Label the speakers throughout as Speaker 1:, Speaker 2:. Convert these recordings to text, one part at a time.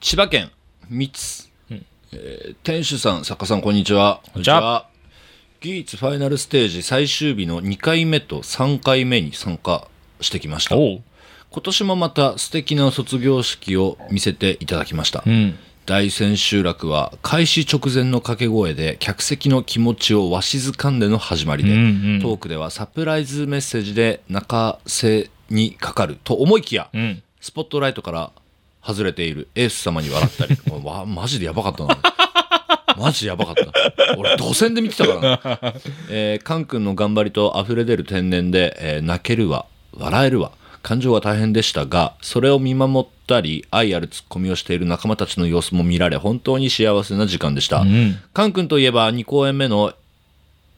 Speaker 1: 千葉県三つ、
Speaker 2: うん
Speaker 1: えー店主さん作家さんこんにちはこん
Speaker 2: にちは
Speaker 1: ギーツファイナルステージ最終日の2回目と3回目に参加してきました
Speaker 2: おう。
Speaker 1: 今年もまた素敵な卒業式を見せていただきました、
Speaker 2: うん。
Speaker 1: 大千秋楽は開始直前の掛け声で客席の気持ちをわしづかんでの始まり
Speaker 2: うん
Speaker 1: で、
Speaker 2: うん。
Speaker 1: トークではサプライズメッセージで中瀬にかかると思いきや、
Speaker 2: うん。
Speaker 1: スポットライトから外れているエース様に笑ったり、 もうわマジでやばかったな。マジやばかった。俺、土線で見てたからな。えーカン君の頑張りと溢れ出る天然で、えー泣けるわ、笑えるわ、感情は大変でしたが、それを見守ったり、愛あるツッコミをしている仲間たちの様子も見られ、本当に幸せな時間でした。
Speaker 2: うん。
Speaker 1: カン君といえば2公演目の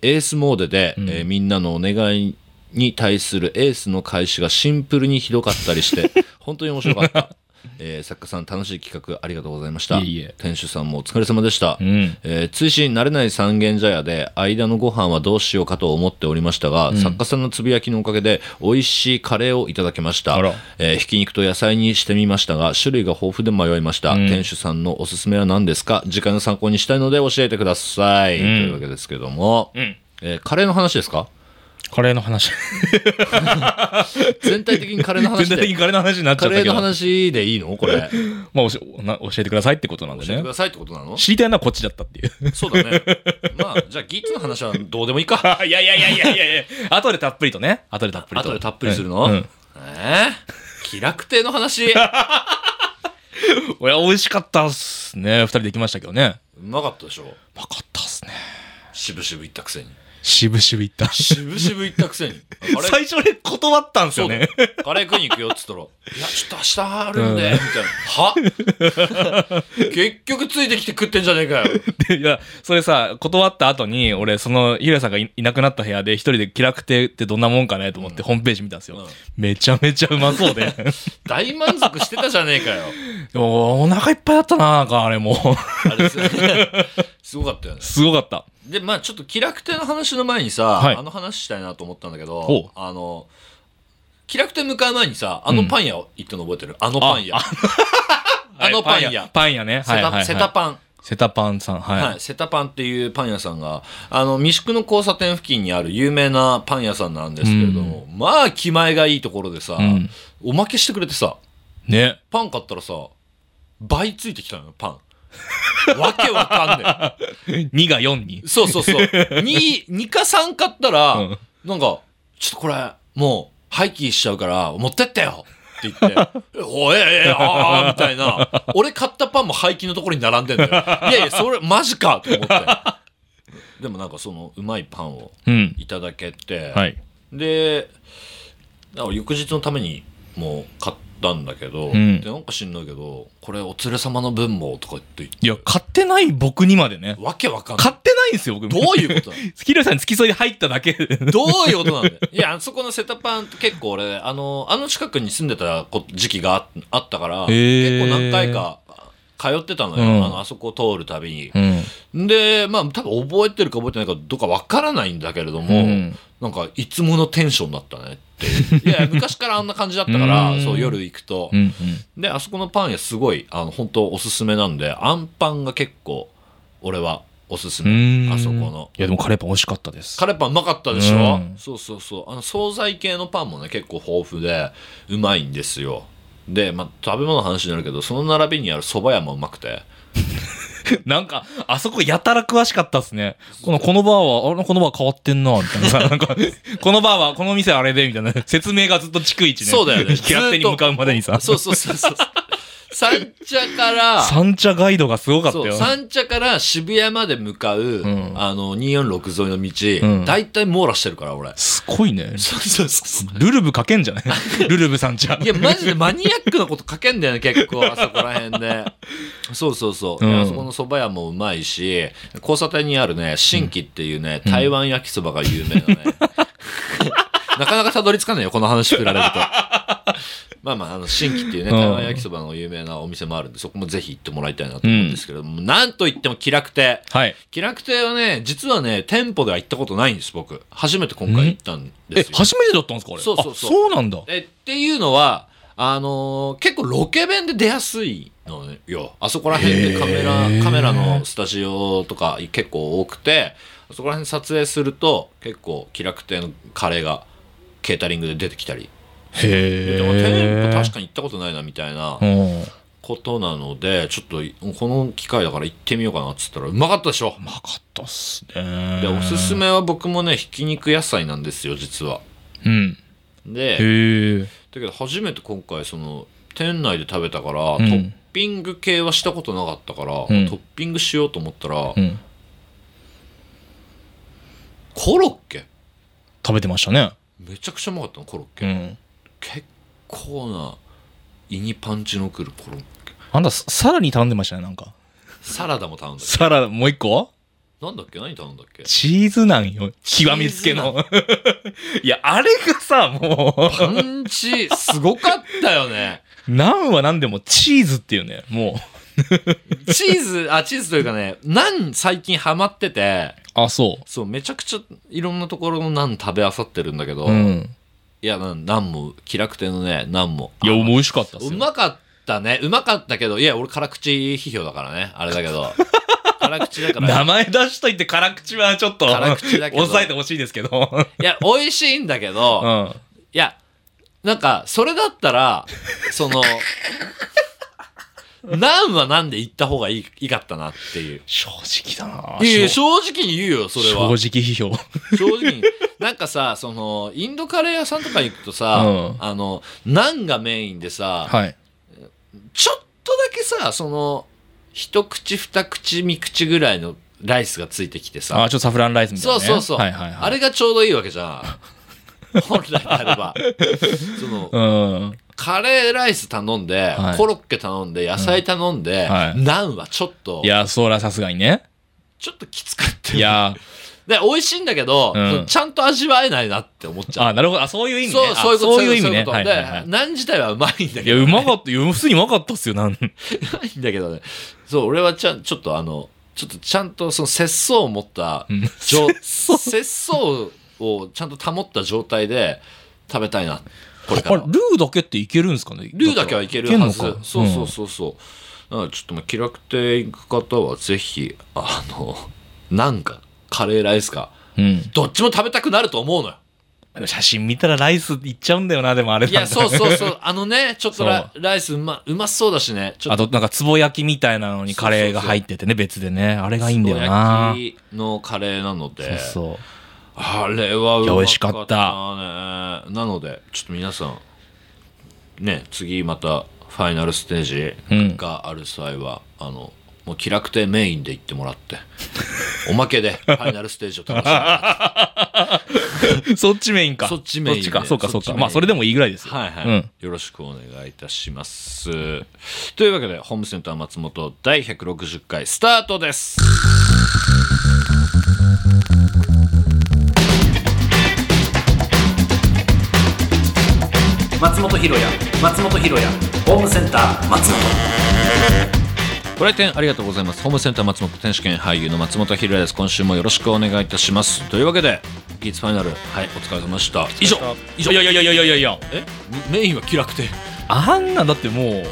Speaker 1: エースモーデで、えーみんなのお願いに対するエースの返しがシンプルにひどかったりして 本当に面白かった、えー作家さん楽しい企画ありがとうございました
Speaker 2: いえいえ
Speaker 1: 店主さんもお疲れ様でした、
Speaker 2: うん。
Speaker 1: えー追伸慣れない三軒茶屋で間のご飯はどうしようかと思っておりましたが、作家さんのつぶやきのおかげで美味しいカレーをいただきました
Speaker 2: あら、
Speaker 1: えーひき肉と野菜にしてみましたが種類が豊富で迷いました、店主さんのおすすめは何ですか次回の参考にしたいので教えてください、というわけですけども、
Speaker 2: ん
Speaker 1: えーカレーの話ですか
Speaker 2: カレーの話。
Speaker 1: 全体的にカレーの 話
Speaker 2: 全体的
Speaker 1: で
Speaker 2: にカレーの話になっちゃ
Speaker 1: カ
Speaker 2: っ
Speaker 1: レー
Speaker 2: たけど。
Speaker 1: の話でいいのこれ
Speaker 2: まあ、おしな教えてくださいってことなんで
Speaker 1: 教えてく
Speaker 2: ね。
Speaker 1: ださいってことな の
Speaker 2: 知りたいのはこっちだったっていう。
Speaker 1: そうだねまあじゃあギーツの話はどうでもいいか
Speaker 2: あいやいやいやいやいやいや。後でたっぷりとね。後でたっぷりと。
Speaker 1: 後でたっぷりするの、
Speaker 2: うんう
Speaker 1: え
Speaker 2: ん
Speaker 1: え気楽亭の 話う
Speaker 2: いや、美味しかったっすね。二人で行きましたけどね。
Speaker 1: まかったでしょ
Speaker 2: うまかったっすね。
Speaker 1: 渋々行ったくせに
Speaker 2: 渋々行った。
Speaker 1: 渋々行ったくせにあれ
Speaker 2: 最初で断ったんです
Speaker 1: そ
Speaker 2: よ
Speaker 1: うだ
Speaker 2: ね
Speaker 1: よ。カレー食いに行くよっつったら「いやちょっと明日あるんで」みたいな「は 結局ついてきて食ってんじゃねえかよ
Speaker 2: でいや、それさ、断った後に、俺、その、ひらさんがいいなくなった部屋で、一人で気楽亭ってどんなもんかねと思って、ホームページ見たんですよ。
Speaker 1: うん
Speaker 2: めちゃめちゃうまそうで。
Speaker 1: 大満足してたじゃねえかよ」
Speaker 2: でもお腹いっぱいだったな、なんか、あれもう。
Speaker 1: あれすすごかったよね
Speaker 2: すごかった。
Speaker 1: でまあちょっと気楽亭の話の前にさ、
Speaker 2: はい
Speaker 1: あの話したいなと思ったんだけ
Speaker 2: ほ
Speaker 1: ど
Speaker 2: う
Speaker 1: あの気楽亭向かう前にさあのパン屋行ったの覚えてる、あのパン屋
Speaker 2: あ
Speaker 1: あのパン屋
Speaker 2: はいパン屋ね。
Speaker 1: セ
Speaker 2: はいはい、は
Speaker 1: タ
Speaker 2: い。
Speaker 1: セタパン、
Speaker 2: セタパンさん、はい。
Speaker 1: はい、セタパンっていうパン屋さんが、あの、三宿の交差点付近にある有名なパン屋さんなんですけれども、まあ、気前がいいところでさ、
Speaker 2: うん
Speaker 1: おまけしてくれてさ、
Speaker 2: ね。
Speaker 1: パン買ったらさ、倍ついてきたのよ、パン。 わけわかんね
Speaker 2: 2が4に
Speaker 1: え。。そうそうそう。2、2か3買ったら、
Speaker 2: うん
Speaker 1: なんか、ちょっとこれ、もう、廃棄しちゃうから、持ってってよって言って、 えおえええああみたいな。俺買ったパンも廃棄のところに並んでんだよ。いやいや、それ、マジかと思って。でもなんかその、うまいパンを
Speaker 2: うん。
Speaker 1: いただけて、
Speaker 2: はい。
Speaker 1: で、なんか翌日のためにもう買ったんだけど、
Speaker 2: うん
Speaker 1: でなんかしんないけど、これお連れ様の分もとか言って、
Speaker 2: いや、買ってない僕にまでね。
Speaker 1: わけわかんな
Speaker 2: 買
Speaker 1: い。
Speaker 2: ってないんですよ、僕。
Speaker 1: どういうことなの
Speaker 2: ス キルさんに付き添いで入っただけ。
Speaker 1: どういうことなんだよ。いや、あそこのセタパンって結構俺、あの、あの近くに住んでたこ時期がああったから、
Speaker 2: へー
Speaker 1: 結構何回か通ってたのよ。
Speaker 2: うん
Speaker 1: あのあそこを通るたびに。
Speaker 2: ん。
Speaker 1: で、まあ多分覚えてるか覚えてないかどうかわからないんだけれども、
Speaker 2: うん
Speaker 1: なんかいつものテンションだったね っていう。いや、昔からあんな感じだったから、
Speaker 2: うん
Speaker 1: そう夜行くと。
Speaker 2: うん。
Speaker 1: で、あそこのパン屋すごい、あの、本当おすすめなんで、あんパンが結構俺はおすす
Speaker 2: う
Speaker 1: め。
Speaker 2: ん。
Speaker 1: あそこの。
Speaker 2: いや、でもカレーパン美味しかったです。
Speaker 1: カレーパンうまかったでしょ、
Speaker 2: うん
Speaker 1: そうそうそうあの惣菜系のパンもね結構豊富でうまいんですよで、まあ、食べ物の話になるけどその並びにある蕎麦屋もうまくて
Speaker 2: なんか、あそこやたら詳しかったっすね。この、このバーは、あれこのバー変わってんな、みたいな さ。なんか、このバーは、この店あれで、みたいな。説明がずっと逐一ね。
Speaker 1: そうだよ ね
Speaker 2: 気勝手に向かうまでにさ。
Speaker 1: そうそうそう そう三茶から
Speaker 2: 三茶ガイドがすごかった
Speaker 1: そう
Speaker 2: よ。
Speaker 1: 三茶から渋谷まで向かう、
Speaker 2: ん
Speaker 1: あの246沿いの道、
Speaker 2: うん
Speaker 1: 大体網羅してるから俺
Speaker 2: すごいね。
Speaker 1: そうそうそう
Speaker 2: ルルブかけん じゃないルルブ三茶。
Speaker 1: いや、マジでマニアックなこと書けんだよね、結構、あそこら辺で。そうそうそう。
Speaker 2: うん
Speaker 1: あそこの蕎麦屋もうまいし、交差点にあるね、新規っていうね、台湾焼きそばが有名なね。 なかなかたどり着かないよ、この話振られると。まあまあ、あの、新規っていうね、
Speaker 2: うん
Speaker 1: 台湾焼きそばの有名なお店もあるんで、そこもぜひ行ってもらいたいなと思うんですけれども、なんといっても気楽亭。
Speaker 2: はい。
Speaker 1: 気楽亭はね、実はね、店舗では行ったことないんです、僕。初めて今回行ったんで
Speaker 2: え
Speaker 1: す、よ。
Speaker 2: 初めてだったんですかあれ。
Speaker 1: そうそうそう
Speaker 2: あそうなんだ。
Speaker 1: えっていうのはあのー結構ロケ弁で出やすいのねいやあそこら辺でカメラ、
Speaker 2: へー
Speaker 1: カメラのスタジオとか結構多くてあそこら辺撮影すると結構気楽亭のカレーがケータリングで出てきたり、
Speaker 2: へ
Speaker 1: でも店舗確
Speaker 2: か
Speaker 1: かに行ったことないなみたいな
Speaker 2: うん。う
Speaker 1: ことなのでちょっとこの機会だから行ってみようかなっつったらうまかったでしょ
Speaker 2: まかったっすね。
Speaker 1: でおすす。めは僕もねひき肉野菜なんですよ実は
Speaker 2: うん。
Speaker 1: で
Speaker 2: へえ。
Speaker 1: だけど初めて今回その店内で食べたから、
Speaker 2: うん
Speaker 1: トッピング系はしたことなかったから、
Speaker 2: ん
Speaker 1: トッピングしようと思ったら、
Speaker 2: うん。
Speaker 1: コロッケ
Speaker 2: 食べてましたね。
Speaker 1: めちゃくちゃうまかったのコロッケ、
Speaker 2: うん。
Speaker 1: 結構な胃にパンチのくるコロッケ
Speaker 2: あんた、ささらに頼んでましたね、なんか。
Speaker 1: サラダも頼んだっ
Speaker 2: サラダ、もう一個
Speaker 1: けなんだっけ何頼んだっけ
Speaker 2: チーズなんよ。極みつけの。いや、あれがさ、も
Speaker 1: パンチすごかったよね
Speaker 2: う、なんはなんでもチーズっていうね、もう。
Speaker 1: チーズあチーズというかねナン最近ハマってて
Speaker 2: あ、そ
Speaker 1: そうめちゃくちゃいろんなところのナン食べあさってるんだけど、
Speaker 2: う。うん。
Speaker 1: いやナンナンも気楽天のねナンも
Speaker 2: いや、もう美味しかったっすよ。
Speaker 1: うまかったね。うまかったけど、いや、俺辛口批評だからね。あれだけど。 辛口だから。
Speaker 2: 名前出しといて辛口はちょっと
Speaker 1: 辛口だけど
Speaker 2: 抑えてほしいですけど。
Speaker 1: いや、美味しいんだけど、
Speaker 2: う
Speaker 1: い
Speaker 2: ん。
Speaker 1: や、なんか、それだったら、そ の、ナンはなんで行った方がいいいいかったなっていう。
Speaker 2: 正直だない
Speaker 1: やいや
Speaker 2: 正
Speaker 1: 正直に言うよ、それ
Speaker 2: 正
Speaker 1: は
Speaker 2: 直。批評。
Speaker 1: 正直に。なんかさ、その、インドカレー屋さんとか行くとさ、
Speaker 2: うん
Speaker 1: あの、ナンがメインでさ、
Speaker 2: はい。
Speaker 1: ちょっとだけさ、その、一口二口三口ぐらいのライスがついてきて
Speaker 2: あ
Speaker 1: さ
Speaker 2: あ、、ちょっとサフランライスみたいな、ね。
Speaker 1: そうそうそう
Speaker 2: はいはいはい。
Speaker 1: あれがちょうどいいわけじゃん。 本来であれば。その、
Speaker 2: うん。
Speaker 1: カレーライス頼んで、
Speaker 2: はい
Speaker 1: コロッケ頼んで、野菜頼んで、
Speaker 2: んはい
Speaker 1: ナンはちょっと
Speaker 2: い、や、そらさすがにね。
Speaker 1: ちょっときつかったよ
Speaker 2: いや、
Speaker 1: で、美味しいんだけど、
Speaker 2: うん
Speaker 1: そのちゃんと味わえないなって思っちゃう。
Speaker 2: あなるほど。あ、そういう意味ね。
Speaker 1: そう、そういうこと、
Speaker 2: あそういう意味
Speaker 1: そ
Speaker 2: ね。
Speaker 1: こと
Speaker 2: はいはいは
Speaker 1: で、ナン自体はうまいんだ
Speaker 2: い。い
Speaker 1: け
Speaker 2: や、
Speaker 1: ど、
Speaker 2: うまかった。いや普通にうまかったっすよ、なん。
Speaker 1: うまいんだけどね。そう、俺はちゃん、ちょっとあの、ちょっとちゃんとその節操を持った
Speaker 2: うん
Speaker 1: 状節操をちゃんと保った状態で食べたいなこれか
Speaker 2: あれ
Speaker 1: ら
Speaker 2: ルーだけっていけるんですかね
Speaker 1: ルーだけはいけるはず
Speaker 2: いけんのか
Speaker 1: そうそうそうそう、だからちょっとまあ気楽亭行く方はぜひあのなんかカレーライスか
Speaker 2: うん。うん
Speaker 1: どっちも食べたくなると思うのよ
Speaker 2: でも写真見たらライスいっちゃうんだよな、でもあれ
Speaker 1: いやそう
Speaker 2: う。
Speaker 1: そうそうあのねちょっとラライスうまうまそうだしねちょ
Speaker 2: あ
Speaker 1: っと
Speaker 2: と、なんか、つぼ焼きみたいなのにカレーが入っててね、別でね。あれがいいんだよな。
Speaker 1: 焼きのカレーなので
Speaker 2: そうそう。
Speaker 1: あれはうま
Speaker 2: いや美味しかった
Speaker 1: ねなのでちょっと皆さんね次またファイナルステージがある際は、あのもう気楽亭メインで行ってもらっておまけでファイナルステージを楽しんでは
Speaker 2: そっちメインか。
Speaker 1: そっちメインで
Speaker 2: そっちか。そうか、
Speaker 1: そ
Speaker 2: そ
Speaker 1: っ
Speaker 2: う
Speaker 1: ちメイン
Speaker 2: か。まあ、それでもいいぐらいです
Speaker 1: い
Speaker 2: よ。
Speaker 1: はい、
Speaker 2: うん。
Speaker 1: よろしくお願いいたしますというわけでホームセンター松本第160回スタートです
Speaker 3: 松本ひろや松本ひろやホームセンター松本
Speaker 1: ご来店ありがとうございます。ホームセンター松本天使兼俳優の松本ひろやです。今週もよろしくお願いいたします。というわけで、ギーツファイナル、はい、お疲れ様でした。以上、以上、
Speaker 2: いやいやいやいやいやいやいや。
Speaker 1: えメインは気楽亭。
Speaker 2: あんなんだってもう、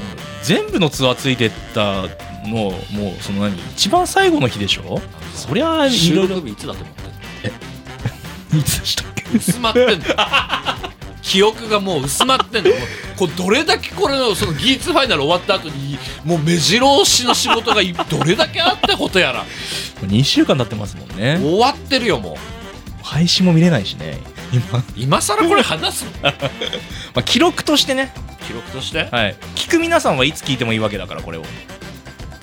Speaker 2: 全部のツアーついてったの、もう、その何、一番最後の日でしょそりゃあ、い
Speaker 1: 収
Speaker 2: ろい
Speaker 1: 録
Speaker 2: ろ。
Speaker 1: 日いつだと思ってんの
Speaker 2: いつでしたっけ
Speaker 1: 薄まってんの。記憶がもう薄まってんの。もうこれどれだけこれの、そのギーツファイナル終わった後に、もう目白押しの仕事がいどれだけあったことやら。
Speaker 2: ?2 週間経ってますもんね。
Speaker 1: 終わってるよ、もう。
Speaker 2: 配信も見れないしね。今、 ま
Speaker 1: 今更これ話すの
Speaker 2: あ、記録としてね。
Speaker 1: 記録として
Speaker 2: はい。聞く皆さんはいつ聞いてもいいわけだから、これを。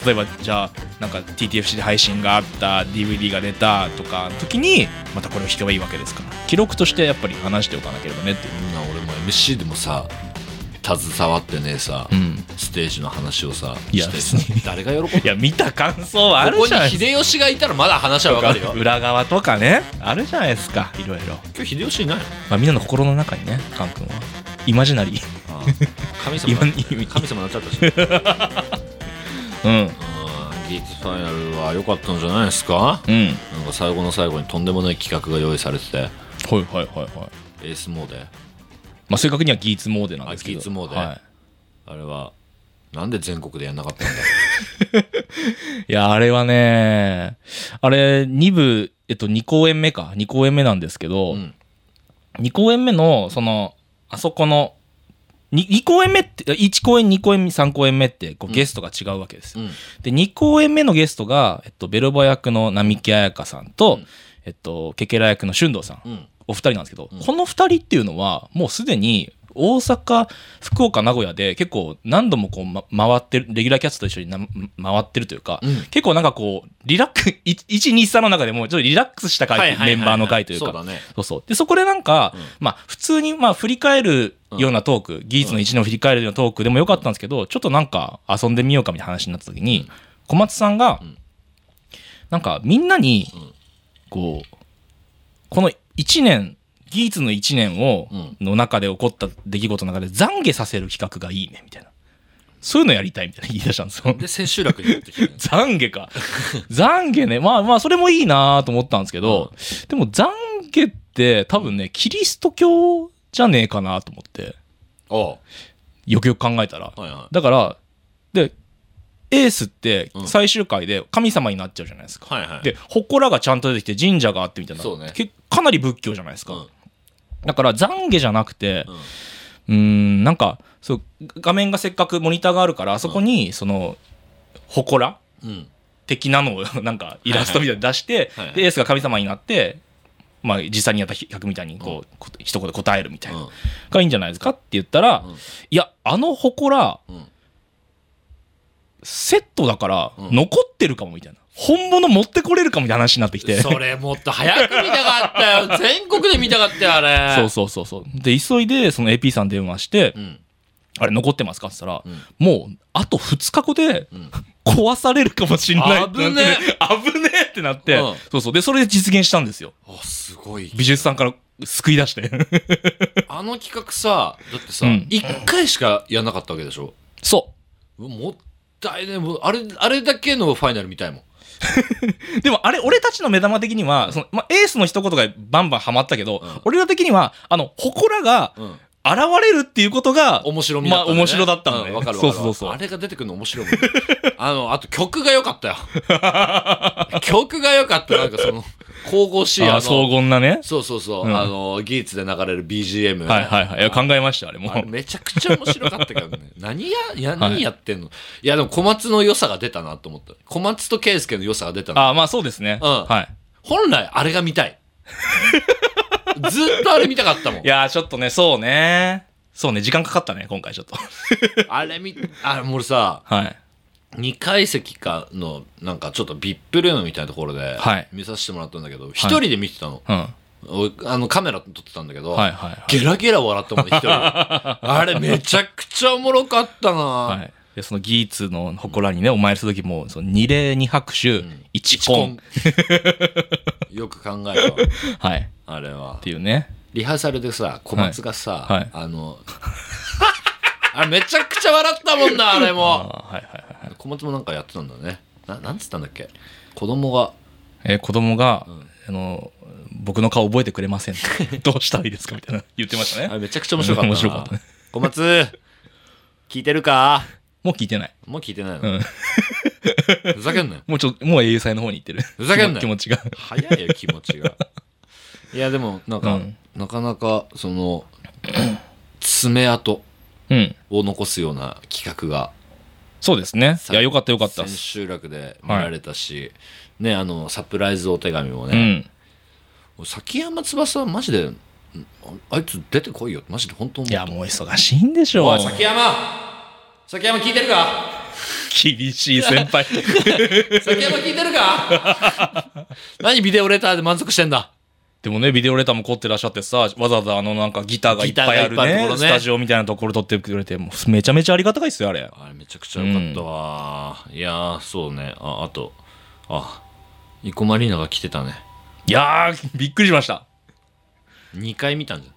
Speaker 2: 例えば、じゃあ、なんか TTFC で配信があった、DVD が出たとか、時に、またこれを聞けばいいわけですから。記録としてやっぱり話しておかなければねっていう。
Speaker 1: みんな俺も MC でもさ、携わってねえさ。
Speaker 2: うん。
Speaker 1: ステージの話をさ
Speaker 2: いや
Speaker 1: して
Speaker 2: 別に
Speaker 1: 誰が喜ぶ
Speaker 2: いや、見た感想はあ
Speaker 1: こ
Speaker 2: る
Speaker 1: こ
Speaker 2: じゃない
Speaker 1: に
Speaker 2: ですか。
Speaker 1: 秀吉がいたらまだ話はわかるよ
Speaker 2: 裏側とかね、あるじゃないですか、いろいろ。
Speaker 1: 今日秀吉いないの
Speaker 2: まあ、みんなの心の中にね、カン君は。イマジナリー。
Speaker 1: 神 様に
Speaker 2: 今
Speaker 1: 神様になっちゃったしうん
Speaker 2: うん。
Speaker 1: ギーツファイナルは良かったんじゃないですか
Speaker 2: うん。
Speaker 1: なんか最後の最後にとんでもない企画が用意されてて
Speaker 2: はいはいはいはい。
Speaker 1: エースモーデ
Speaker 2: まあ、正確にはギーツモーデなんですけ
Speaker 1: あギ
Speaker 2: ど。
Speaker 1: ーツモーデ
Speaker 2: はい。
Speaker 1: あれはなんで全国でやんなかったんだ
Speaker 2: いや、あれはね、あれ、2部、えっと、2公演目か、2公演目なんですけど、
Speaker 1: うん
Speaker 2: 2公演目の、その、あそこの、2, 公演目って、1公演、2公演目、3公演目って、こう、ゲストが違うわけですよ。
Speaker 1: うん
Speaker 2: で、2公演目のゲストが、えっと、ベルボ役の並木彩香さんと、
Speaker 1: うん
Speaker 2: えっと、ケケラ役の俊藤さん、
Speaker 1: うん
Speaker 2: お二人なんですけど、この二人っていうのは、もうすでに、大阪、福岡、名古屋で結構何度もこう、ま回ってる、レギュラーキャストと一緒にな回ってるというか、
Speaker 1: うん
Speaker 2: 結構なんかこう、リラック、い1、2、3の中でもちょっとリラックスした回、
Speaker 1: はいはいはいはい
Speaker 2: メンバーの回というか、
Speaker 1: そうだね
Speaker 2: そうそうで、そこでなんか、まあ、普通に、まあ、振り返るようなトーク、技術の一年を振り返るようなトークでもよかったんですけど、ちょっとなんか遊んでみようかみたいな話になった時に、小松さんが、なんかみんなに、こう、この1年、技術の1年を、
Speaker 1: うん
Speaker 2: の中で起こった出来事の中で懺悔させる企画がいいね、みたいな。そういうのやりたいみたいな言い出したんですよ。
Speaker 1: で千秋楽にやってき て
Speaker 2: 懺悔か。懺悔ね。まあまあ、それもいいなと思ったんですけど、でも懺悔って多分ね、キリスト教じゃねえかなと思って、
Speaker 1: ああは
Speaker 2: よくよく考えたら。
Speaker 1: いはい
Speaker 2: だから、で、エースって
Speaker 1: うん
Speaker 2: 最終回で神様になっちゃうじゃないですか。
Speaker 1: はいはい
Speaker 2: で、祠がちゃんと出てきて神社があってみたいな。
Speaker 1: そうね
Speaker 2: けかなり仏教じゃないですか。
Speaker 1: うん
Speaker 2: だから懺悔じゃなくて、
Speaker 1: うん
Speaker 2: うーんなんかそう画面がせっかくモニターがあるからあそこにその祠
Speaker 1: うん
Speaker 2: 的なのをなんかイラストみたいに出して、
Speaker 1: はいはい
Speaker 2: でエースが神様になって、まあ、実際にやった100みたいにこう、こ一言答えるみたいな、
Speaker 1: うん
Speaker 2: がいいんじゃないですかって言ったら、
Speaker 1: うん
Speaker 2: いやあの祠
Speaker 1: うん
Speaker 2: セットだから
Speaker 1: うん
Speaker 2: 残ってるかもみたいな本物持ってこれるかみたいな話になってきて
Speaker 1: それもっと早く見たかったよ全国で見たかったよあれ
Speaker 2: そうそうそうそうで急いでその AP さん電話して、
Speaker 1: うん
Speaker 2: あれ残ってますかって言った
Speaker 1: う
Speaker 2: ら、
Speaker 1: ん
Speaker 2: もうあと2日後で
Speaker 1: うん
Speaker 2: 壊されるかもしんないってなって
Speaker 1: 危ね
Speaker 2: 危ねえってなって、
Speaker 1: うん
Speaker 2: そうそうでそれで実現したんですよ
Speaker 1: あすごい
Speaker 2: 美術さんから救い出して
Speaker 1: あの企画さだってさ
Speaker 2: うん
Speaker 1: 一回しかやんなかったわけでしょ
Speaker 2: そう
Speaker 1: もったいねえもうあれあれだけのファイナル見たいもん
Speaker 2: う でもあれ俺たちの目玉的にはその、まあ、エースの一言がバンバンハマったけど、
Speaker 1: うん
Speaker 2: 俺ら的にはあの祠が
Speaker 1: うん
Speaker 2: 現れるっていうことが
Speaker 1: 面白みだったんだね
Speaker 2: まあ面白だったんだね
Speaker 1: うんわかるわ
Speaker 2: そう
Speaker 1: か
Speaker 2: そう
Speaker 1: る
Speaker 2: そ
Speaker 1: わあ
Speaker 2: うそう
Speaker 1: れが出てくるの面白いもんね あのあと曲が良かったよ 曲が良かったなんかその神々しいあの
Speaker 2: あー荘厳なね
Speaker 1: そうそうそう、
Speaker 2: うん
Speaker 1: あの技術で流れる BGM
Speaker 2: はいはいはいいや考えましたあれも
Speaker 1: あれめちゃくちゃ面白かったけどね何やや何やってんの、い、やでも小松の良さが出たなと思った小松と圭介の良さが出たな
Speaker 2: あーまあそうですね、
Speaker 1: うん
Speaker 2: はい
Speaker 1: 本来あれが見 たいずっとあれ見たかったもん
Speaker 2: いやーちょっとねそうねそうね時間かかったね今回ちょっと
Speaker 1: あれ見あもうさ
Speaker 2: はい
Speaker 1: 2階席かのなんかちょっと VIP ルームみたいなところで
Speaker 2: はい
Speaker 1: 見させてもらったんだけど一、人で見てたの,
Speaker 2: うんは
Speaker 1: お、あのカメラ撮ってたんだけど、
Speaker 2: いはいはい
Speaker 1: ゲラゲラ笑ったもん一人 であれめちゃくちゃおもろかったな、
Speaker 2: はい、でそのギーツの祠にねお参りする時もその二礼二拍手、一コン
Speaker 1: よく考えたわ
Speaker 2: はいっ
Speaker 1: あれは
Speaker 2: ていうね
Speaker 1: リハーサルでさ小松がさ、
Speaker 2: はいはい
Speaker 1: あの あれめちゃくちゃ笑ったもんなあれ
Speaker 2: あ
Speaker 1: も
Speaker 2: はいはいはいはい、
Speaker 1: 小松もなんかやってたんだねななんつったんだっけ子供が
Speaker 2: えー子供が、あの僕の顔覚えてくれ ませんどうしたらいいですかみたいな言ってました
Speaker 1: あれ
Speaker 2: ね
Speaker 1: めちゃくちゃ面白かったな
Speaker 2: 面白かったね
Speaker 1: 小松聞いてるか
Speaker 2: もう聞いてない
Speaker 1: もう聞いてないの、
Speaker 2: うん
Speaker 1: ふざけんなよ
Speaker 2: もうちょもう英雄祭の方に行ってる
Speaker 1: ふざけんなよ
Speaker 2: 気 持ちが
Speaker 1: 早いよ気持ちがいやでもなんか、
Speaker 2: うん
Speaker 1: なかなかその爪痕
Speaker 2: うん
Speaker 1: を残すような企画が
Speaker 2: そうですねいやよかったよかったっ
Speaker 1: 千
Speaker 2: す
Speaker 1: 秋楽で見られたし、ねあのサプライズお手紙も
Speaker 2: う
Speaker 1: ね、
Speaker 2: ん
Speaker 1: 崎山翼はマジでんああいつ出てこいよマジで本当思
Speaker 2: い
Speaker 1: った
Speaker 2: やもう忙しいんでしょ
Speaker 1: お
Speaker 2: う
Speaker 1: い崎山崎山聞いてるか
Speaker 2: 厳しい先 輩
Speaker 1: 崎山聞いてるか 何ビデオレターで満足してんだ
Speaker 2: でもねビデオレターも凝ってらっしゃってさわざわざあのなんかギターがいっぱいある
Speaker 1: ギターがいっぱいある
Speaker 2: ね
Speaker 1: ところね
Speaker 2: スタジオみたいなところ撮ってくれてもうめちゃめちゃありがたいっすよあれ
Speaker 1: あれめちゃくちゃ良かったわ、いやーそうねああとあ生駒里奈が来てたね
Speaker 2: いやー、びっくりしました。
Speaker 1: 2回見たんじゃん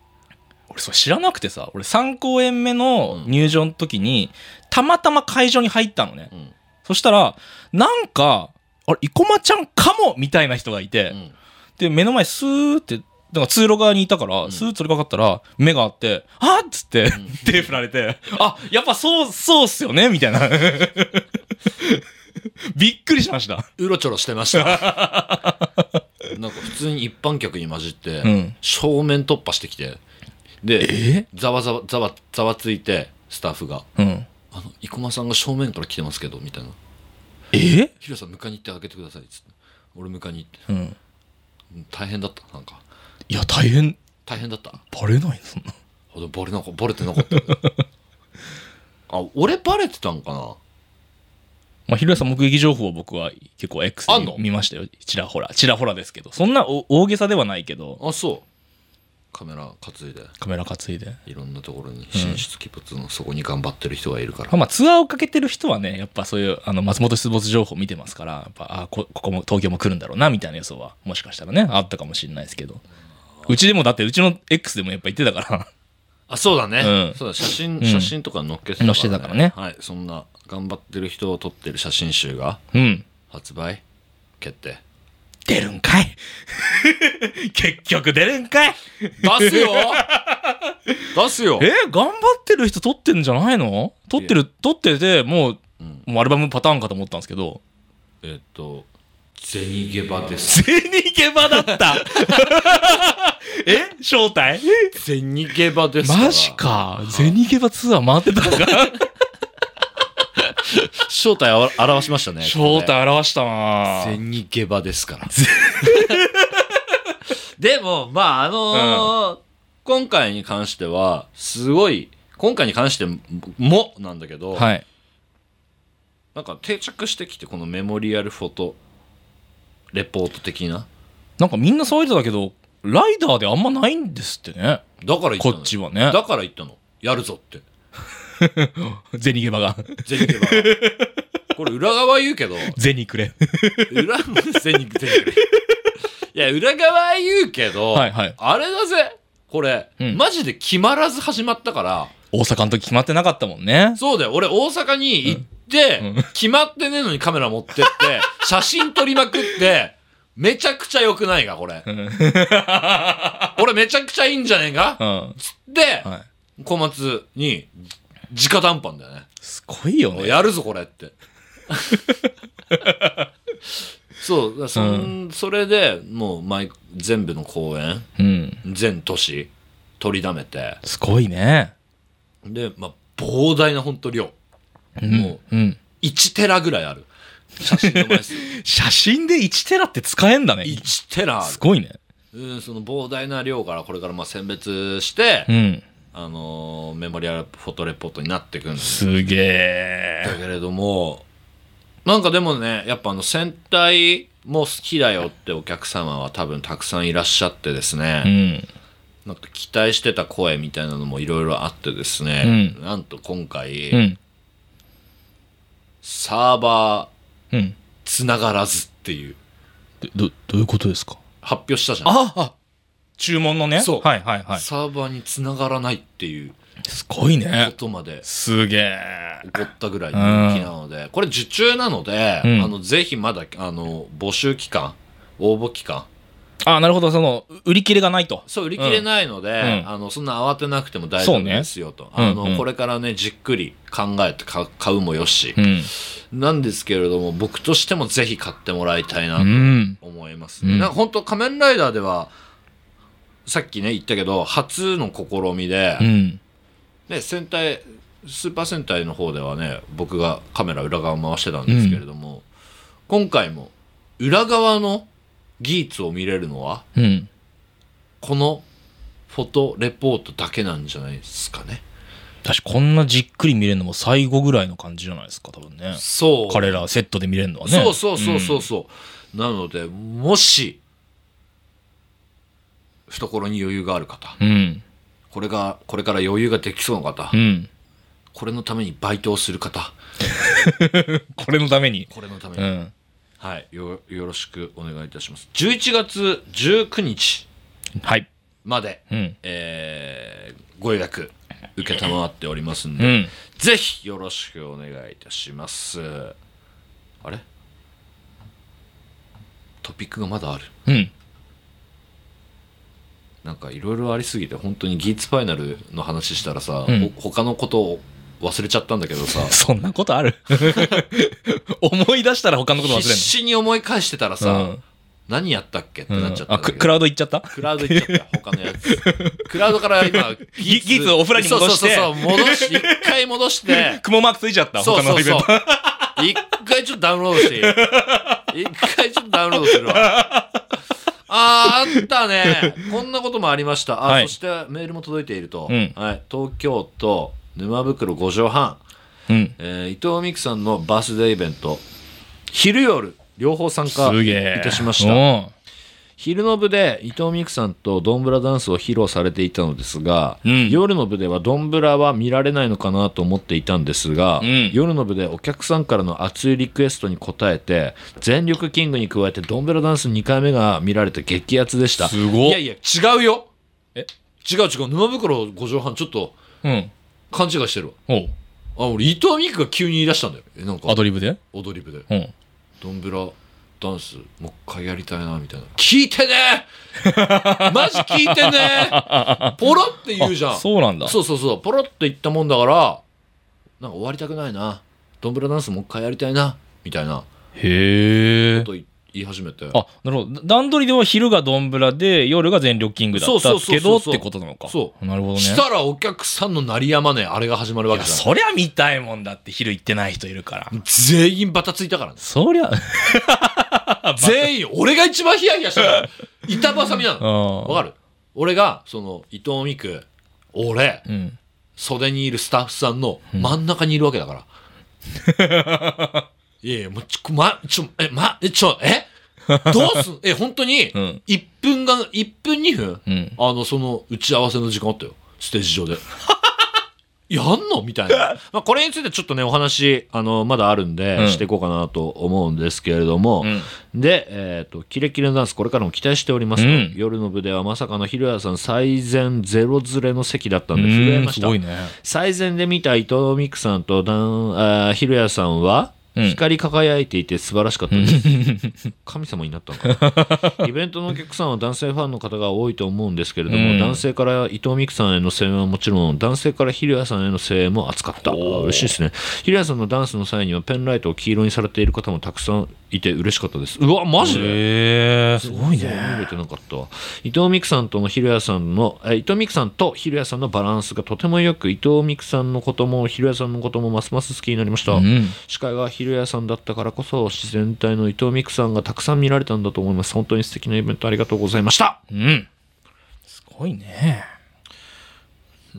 Speaker 2: 俺、それ知らなくてさ、俺3公演目の入場の時に、たまたま会場に入ったのね。
Speaker 1: ん
Speaker 2: そしたら、なんか、あれ、生駒ちゃんかもみたいな人がいて、
Speaker 1: うん
Speaker 2: で、目の前スーってだから通路側にいたから、スーッと取りかかったら、目があって、あっつって、 手振られて、あ、やっぱそう、そうっすよねみたいな。 びっくりしました。
Speaker 1: うろちょろしてました なんか普通に一般客に混じって、
Speaker 2: ん
Speaker 1: 正面突破してきてでざわざわざわざわついてスタッフが
Speaker 2: うん。
Speaker 1: 「あの生駒さんが正面から来てますけど」みたいな
Speaker 2: え
Speaker 1: 「ヒロさん迎えに行ってあげてください」っつって俺迎えに行って
Speaker 2: うん。
Speaker 1: うん大変だったなんか
Speaker 2: いや、大変。
Speaker 1: 大変だった
Speaker 2: バレないそんな。
Speaker 1: あでもバレなかバレてなか ったあ俺バレてたんかな
Speaker 2: まあ、ひろやさん目撃情報を僕は結構 X
Speaker 1: あん
Speaker 2: で
Speaker 1: の
Speaker 2: 見ましたよ。ちらほら。ちらほらですけど。そんなお大げさではないけど、
Speaker 1: あそうカメラ担いで
Speaker 2: カメラ担いで。
Speaker 1: いろんなところに進出鬼没のそこに頑張ってる人がいるから、
Speaker 2: まあまあ、ツアーをかけてる人はね、やっぱそういう、あの、松本出没情報を見てますから、やっぱ、あこ、ここも、東京も来るんだろうな、みたいな予想は、もしかしたらね、あったかもしれないですけど。うちでも、だって、うちの X でもやっぱ言ってたから、
Speaker 1: あそうだね、
Speaker 2: うん
Speaker 1: そうだ写真、
Speaker 2: ん
Speaker 1: 写真とか載っけて
Speaker 2: 載せてたからね
Speaker 1: はいそんな頑張ってる人を撮ってる写真集が
Speaker 2: うん。
Speaker 1: 発売決定
Speaker 2: 出るんかい 結局出るんかい
Speaker 1: 出 すよ出すよ
Speaker 2: え頑張ってる人撮ってんじゃないの撮ってる、撮ってて、もう、
Speaker 1: うん
Speaker 2: もうアルバムパターンかと思ったんですけど、
Speaker 1: えっと銭ゲバです
Speaker 2: 銭ゲバだった え正体
Speaker 1: 銭ゲバですら
Speaker 2: マジか銭ゲバツアー回ってたのか
Speaker 1: 正体を表しましたね
Speaker 2: 正
Speaker 1: こ
Speaker 2: 体表したな
Speaker 1: こで
Speaker 2: ぁ
Speaker 1: 銭ゲバですから でもまああのー今回に関してはすごい今回に関してももなんだけど、
Speaker 2: はい。
Speaker 1: なんか定着してきてこのメモリアルフォトレポート的な
Speaker 2: なんかみんな騒いでたけど、ライダーであんまないんですってね。
Speaker 1: だから言った
Speaker 2: こ
Speaker 1: の
Speaker 2: っちはね。
Speaker 1: だから言ったのやるぞって
Speaker 2: 銭ゲバ が。
Speaker 1: ゼニケバ これ裏側言うけど
Speaker 2: 銭くれ。
Speaker 1: 裏ゼニゼニケいや裏側言うけど、
Speaker 2: はいはい
Speaker 1: あれだぜこれ、
Speaker 2: うん
Speaker 1: マジで決まらず始まったから
Speaker 2: 大阪の時決まってなかったもんね。
Speaker 1: そうだよ俺大阪に行って、
Speaker 2: うん
Speaker 1: 決まってねえのにカメラ持 ってって写真撮りまくってめちゃくちゃ良くないかこれ
Speaker 2: ん
Speaker 1: 俺めちゃくちゃいいんじゃねえか
Speaker 2: うん。は
Speaker 1: で、
Speaker 2: い。
Speaker 1: 小松に直談判だよね。
Speaker 2: すごいよ
Speaker 1: おい
Speaker 2: ね。
Speaker 1: やるぞこれ って。そうだそん、それでもう毎全部の公演
Speaker 2: うん。
Speaker 1: 全都市取りだめて
Speaker 2: すごいね。
Speaker 1: で、まあ、膨大な本当量も
Speaker 2: う。うん。
Speaker 1: 1テラぐらいある写真の枚 数
Speaker 2: 写真で1テラって使えんだね。
Speaker 1: 1テラあ
Speaker 2: すごいね。
Speaker 1: る、うん、その膨大な量からこれからまあ選別して、
Speaker 2: うん。
Speaker 1: あのーメモリアルフォトレポートになっていくんです
Speaker 2: すげえ。
Speaker 1: だけれどもなんかでもねやっぱあの戦隊も好きだよってお客様は多分たくさんいらっしゃってです
Speaker 2: う
Speaker 1: ね、
Speaker 2: ん。
Speaker 1: なんか期待してた声みたいなのもいろいろあってですね、
Speaker 2: うん
Speaker 1: なんと今回、
Speaker 2: うん。
Speaker 1: サーバー
Speaker 2: うん。
Speaker 1: つながらずっていう
Speaker 2: ど、どういうことですか
Speaker 1: 発表したじゃん
Speaker 2: ああ注文のね。
Speaker 1: そう
Speaker 2: はいはいはい。
Speaker 1: サーバーにつながらないっていう
Speaker 2: すごい
Speaker 1: こ
Speaker 2: ね。
Speaker 1: とまです
Speaker 2: げえ。
Speaker 1: 起こったぐらい人気なので、これ受注なので、
Speaker 2: うん
Speaker 1: あのぜひまだあの募集期間応募期間
Speaker 2: あなるほど、その、う売り切れがないと。
Speaker 1: そう売り切れないので、
Speaker 2: うん
Speaker 1: あのそんな慌てなくても大丈
Speaker 2: そう
Speaker 1: 夫
Speaker 2: ね
Speaker 1: ですよと、
Speaker 2: うん
Speaker 1: あの
Speaker 2: うん
Speaker 1: これからねじっくり考えて買う買うもよし
Speaker 2: う、ん。
Speaker 1: なんですけれども僕としてもぜひ買ってもらいたいな
Speaker 2: う
Speaker 1: と
Speaker 2: ん。
Speaker 1: 思いますね、
Speaker 2: うん
Speaker 1: なんか本当仮面ライダー」ではさっきね言ったけど初の試みで、
Speaker 2: うん。
Speaker 1: ね、戦隊スーパー戦隊の方ではね僕がカメラ裏側を回してたんですけれども、今回も裏側の技術を見れるのは
Speaker 2: うん。
Speaker 1: このフォトレポートだけなんじゃないですかね。
Speaker 2: 確かこんなじっくり見れるのも最後ぐらいの感じじゃないですか、多分ね。
Speaker 1: そう。
Speaker 2: 彼らセットで見れるのはね。
Speaker 1: そうそうそうそ
Speaker 2: ん
Speaker 1: うそう。なので、もし、懐に余裕がある方、
Speaker 2: うん。
Speaker 1: これが、これから余裕ができそうな方
Speaker 2: う、ん。
Speaker 1: これのためにバイトをする方、
Speaker 2: これのために。
Speaker 1: これのため
Speaker 2: う
Speaker 1: に、
Speaker 2: ん。
Speaker 1: はい、よ、よろしくお願いいたします。11月19日
Speaker 2: はい。
Speaker 1: まで、
Speaker 2: うん。
Speaker 1: えーご予約、承っておりますん
Speaker 2: う
Speaker 1: で、
Speaker 2: ん。
Speaker 1: ぜひよろしくお願いいたします。あれトピックがまだある。
Speaker 2: うん。
Speaker 1: かいろいろありすぎて本当にギーツファイナルの話したらさ、
Speaker 2: うん
Speaker 1: ほ他のことを忘れちゃったんだけどさ
Speaker 2: そんなことある思い出したら他のこと忘れんの
Speaker 1: 必死に思い返してたらさ、
Speaker 2: うん
Speaker 1: 何やったっけって
Speaker 2: うん
Speaker 1: なっちゃった
Speaker 2: あ
Speaker 1: んだけど
Speaker 2: ククラウド行っちゃった
Speaker 1: クラウド行っちゃった、他のや つ。クラウドから今、
Speaker 2: ギギーツをオフラインに戻して
Speaker 1: そうそうそう、戻 し、一回戻して、
Speaker 2: 雲マークついちゃった
Speaker 1: そう
Speaker 2: 他
Speaker 1: そ
Speaker 2: の
Speaker 1: う
Speaker 2: イベン
Speaker 1: そう
Speaker 2: ト。
Speaker 1: 一回ちょっとダウンロードしていい一回ちょっとダウンロードするわ。あーあったね。こんなこともありました。あ、
Speaker 2: はい
Speaker 1: そしてメールも届いていると。
Speaker 2: うん
Speaker 1: はい、東京都沼袋五畳半、
Speaker 2: うん
Speaker 1: えー伊藤美久さんのバースデーイベント、昼夜、両方参加
Speaker 2: すげえ
Speaker 1: いたしました。
Speaker 2: うん
Speaker 1: 昼の部で伊藤美久さんとドンブラダンスを披露されていたのですが、
Speaker 2: うん
Speaker 1: 夜の部ではドンブラは見られないのかなと思っていたんですが、
Speaker 2: うん
Speaker 1: 夜の部でお客さんからの熱いリクエストに応えて全力キングに加えてドンブラダンス2回目が見られて激アツでした
Speaker 2: すご
Speaker 1: い
Speaker 2: っ
Speaker 1: やいや違うよ
Speaker 2: え
Speaker 1: 違う違う沼袋五畳半ちょっと
Speaker 2: うん
Speaker 1: 勘違いしてるわ
Speaker 2: おう
Speaker 1: あ俺伊藤美久が急に言い出したんだよえなんか
Speaker 2: アドリブで
Speaker 1: 踊り部で
Speaker 2: うん
Speaker 1: ドンブラダンスもう一回やりたいなみたいな聞いて ねマジ聞いてねポロって言うじゃん
Speaker 2: あそうなんだ
Speaker 1: そうそうそうポロって言ったもんだからなんか終わりたくないなドンブラダンスもう一回やりたいなみたいな
Speaker 2: へえ
Speaker 1: こと言い始めて
Speaker 2: あなるほど段取りでは昼がドンブラで夜が全力キングだったけどってことなのか
Speaker 1: そう
Speaker 2: なるほどね
Speaker 1: したらお客さんの鳴りやまねえあれが始まるわ
Speaker 2: い
Speaker 1: け
Speaker 2: や
Speaker 1: じゃん
Speaker 2: そりゃ見たいもんだって昼行ってない人いるから
Speaker 1: 全員バタついたからね
Speaker 2: そり ゃ
Speaker 1: 全員俺が一番ヒヤヒヤした から板挟みな
Speaker 2: う
Speaker 1: の
Speaker 2: ん
Speaker 1: わかる俺がその伊藤美久俺
Speaker 2: うん
Speaker 1: 袖にいるスタッフさんの真ん中にいるわけだから。 いやいや、もうちょ、ま、ちょ、え、ま、え、ちょ、えどうす んえ、本当に
Speaker 2: うん、
Speaker 1: 1分が、1分2分、
Speaker 2: うん
Speaker 1: あの、その、打ち合わせの時間あったよ。ステージ上 で。やんのみたいな。まあ、これについてちょっとね、お話、あの、まだあるんで、
Speaker 2: うん
Speaker 1: していこうかなと思うんですけれども、
Speaker 2: うん
Speaker 1: で、えっ、と、キレキレのダンス、これからも期待しておりますと、
Speaker 2: うん
Speaker 1: 夜の部ではまさかのひろやさん最前ゼロずれの席だったんで、震え
Speaker 2: うん
Speaker 1: まし
Speaker 2: す
Speaker 1: た
Speaker 2: ご。いね
Speaker 1: 最前で見た伊藤美久さんとダンあーひろやさんは、
Speaker 2: うん
Speaker 1: 光り輝いていて素晴らしかったです。 神様になったのかなイベントのお客さんは男性ファンの方が多いと思うんですけれども、
Speaker 2: うん
Speaker 1: 男性から伊藤美久さんへの声援はもちろん、男性からひろやさんへの声援も熱かった。あー嬉しいですね。ひろやさんのダンスの際にはペンライトを黄色にされている方もたくさんいて嬉しかったです。うわ、マジで
Speaker 2: へえすごい
Speaker 1: そう
Speaker 2: ね
Speaker 1: 見れてなかったわ伊藤美久さんとのひろやさんのえー伊藤美久さんとひろやさんのバランスがとてもよく伊藤美久さんのこともひろやさんのこともますます好きになりました、
Speaker 2: うん
Speaker 1: 司会がひろやさんだったからこそ自然体の伊藤美久さんがたくさん見られたんだと思います本当に素敵なイベントありがとうございました
Speaker 2: うんすごいね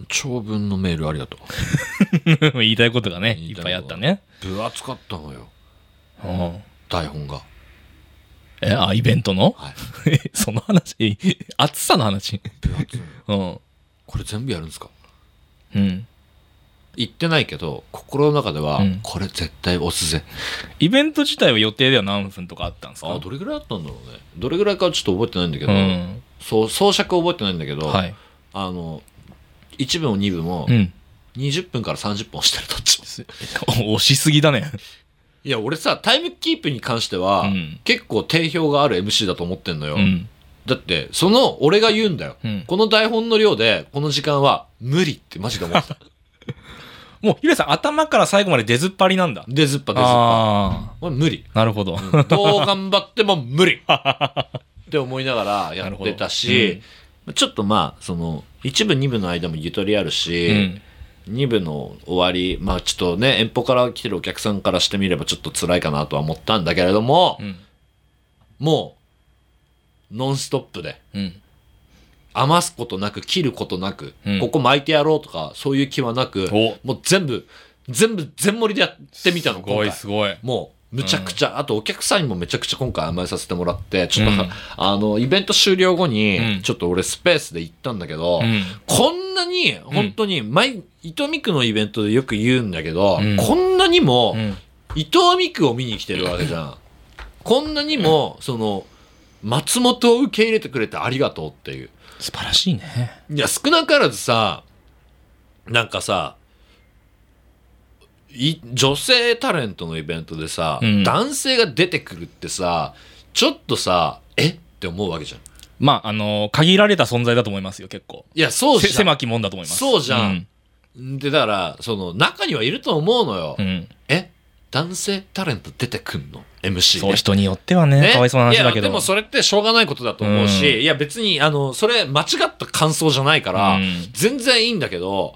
Speaker 1: 長文のメールありがとう
Speaker 2: 言いたいことがね
Speaker 1: 言
Speaker 2: い
Speaker 1: い
Speaker 2: った
Speaker 1: いこと
Speaker 2: ぱいあったね
Speaker 1: 分厚かったのよ
Speaker 2: うん
Speaker 1: 台本が
Speaker 2: えあイベントの
Speaker 1: はい
Speaker 2: その話え暑さの話
Speaker 1: 分厚いのよ
Speaker 2: うん
Speaker 1: これ全部やるんですか
Speaker 2: うん
Speaker 1: 言ってないけど心の中では、
Speaker 2: うん
Speaker 1: これ絶対押すぜ
Speaker 2: イベント自体は予定では何分とかあったんですか
Speaker 1: あどれぐらいあったんだろうねどれぐらいかちょっと覚えてないんだけ
Speaker 2: う
Speaker 1: ど、
Speaker 2: ん
Speaker 1: そう装飾覚えてないんだけど、
Speaker 2: はい
Speaker 1: あの1部も2部も
Speaker 2: うん
Speaker 1: 20分から30分押してるどっちも
Speaker 2: す押しすぎだね
Speaker 1: いや俺さタイムキープに関しては、
Speaker 2: うん
Speaker 1: 結構定評がある MC だと思ってんのよ、
Speaker 2: うん
Speaker 1: だってその俺が言うんだよ、
Speaker 2: うん
Speaker 1: この台本の量でこの時間は無理ってマジで思って た
Speaker 2: もう、ひろさん、頭から最後まで出ずっぱりなんだ。
Speaker 1: 出ずっぱ出ずっぱ
Speaker 2: あ
Speaker 1: 俺無理
Speaker 2: あ、なるほど。
Speaker 1: どう頑張っても無 理って思いながらやってたし、ちょっとまあその1部2部の間もゆとりあるし、
Speaker 2: うん。
Speaker 1: 2部の終わり、まあちょっとね、遠方から来てるお客さんからしてみればちょっと辛いかなとは思ったんだけれども
Speaker 2: う、ん。
Speaker 1: もう、ノンストップで、
Speaker 2: うん。
Speaker 1: 余すことなく、切ることなく、
Speaker 2: うん
Speaker 1: ここ巻いてやろうとか、そういう気はなく、
Speaker 2: お
Speaker 1: もう全部、全部、全盛りでやってみたの、
Speaker 2: すご
Speaker 1: 今
Speaker 2: い、
Speaker 1: 回。
Speaker 2: すごい。
Speaker 1: もう、むちゃくちゃ、あとお客さんにもめちゃくちゃ今回甘えさせてもらって、ちょっと、
Speaker 2: うん
Speaker 1: あの、イベント終了後に、
Speaker 2: うん
Speaker 1: ちょっと俺スペースで行ったんだけど、
Speaker 2: うん。
Speaker 1: こんなに、本当に、毎、伊藤美久のイベントでよく言うんだけど、
Speaker 2: うん
Speaker 1: こんなにも
Speaker 2: う、ん。
Speaker 1: 伊藤美久を見に来てるわけじゃん。こんなにも、その、松本を受け入れてくれてありがとうっていう。
Speaker 2: 素晴らしいね。
Speaker 1: いや、少なからずさ、なんかさ、い女性タレントのイベントでさ、
Speaker 2: うん
Speaker 1: 男性が出てくるってさ、ちょっとさ、えって思うわけじゃん。
Speaker 2: まあ、あの、限られた存在だと思いますよ、結構。
Speaker 1: いやそう
Speaker 2: せ
Speaker 1: じゃん
Speaker 2: 狭きもんだと思います。
Speaker 1: そうじゃん。でだからその中にはいると思うのよ、
Speaker 2: うん。うん
Speaker 1: え男性タレント出てくんの MC
Speaker 2: そう、
Speaker 1: で
Speaker 2: 人によってはね、
Speaker 1: ね
Speaker 2: かわいそうな話だけ
Speaker 1: いやで
Speaker 2: ど。
Speaker 1: もそれってしょうがないことだと思うし、
Speaker 2: う
Speaker 1: いや別にあのそれ間違った感想じゃないから、
Speaker 2: うん
Speaker 1: 全然いいんだけど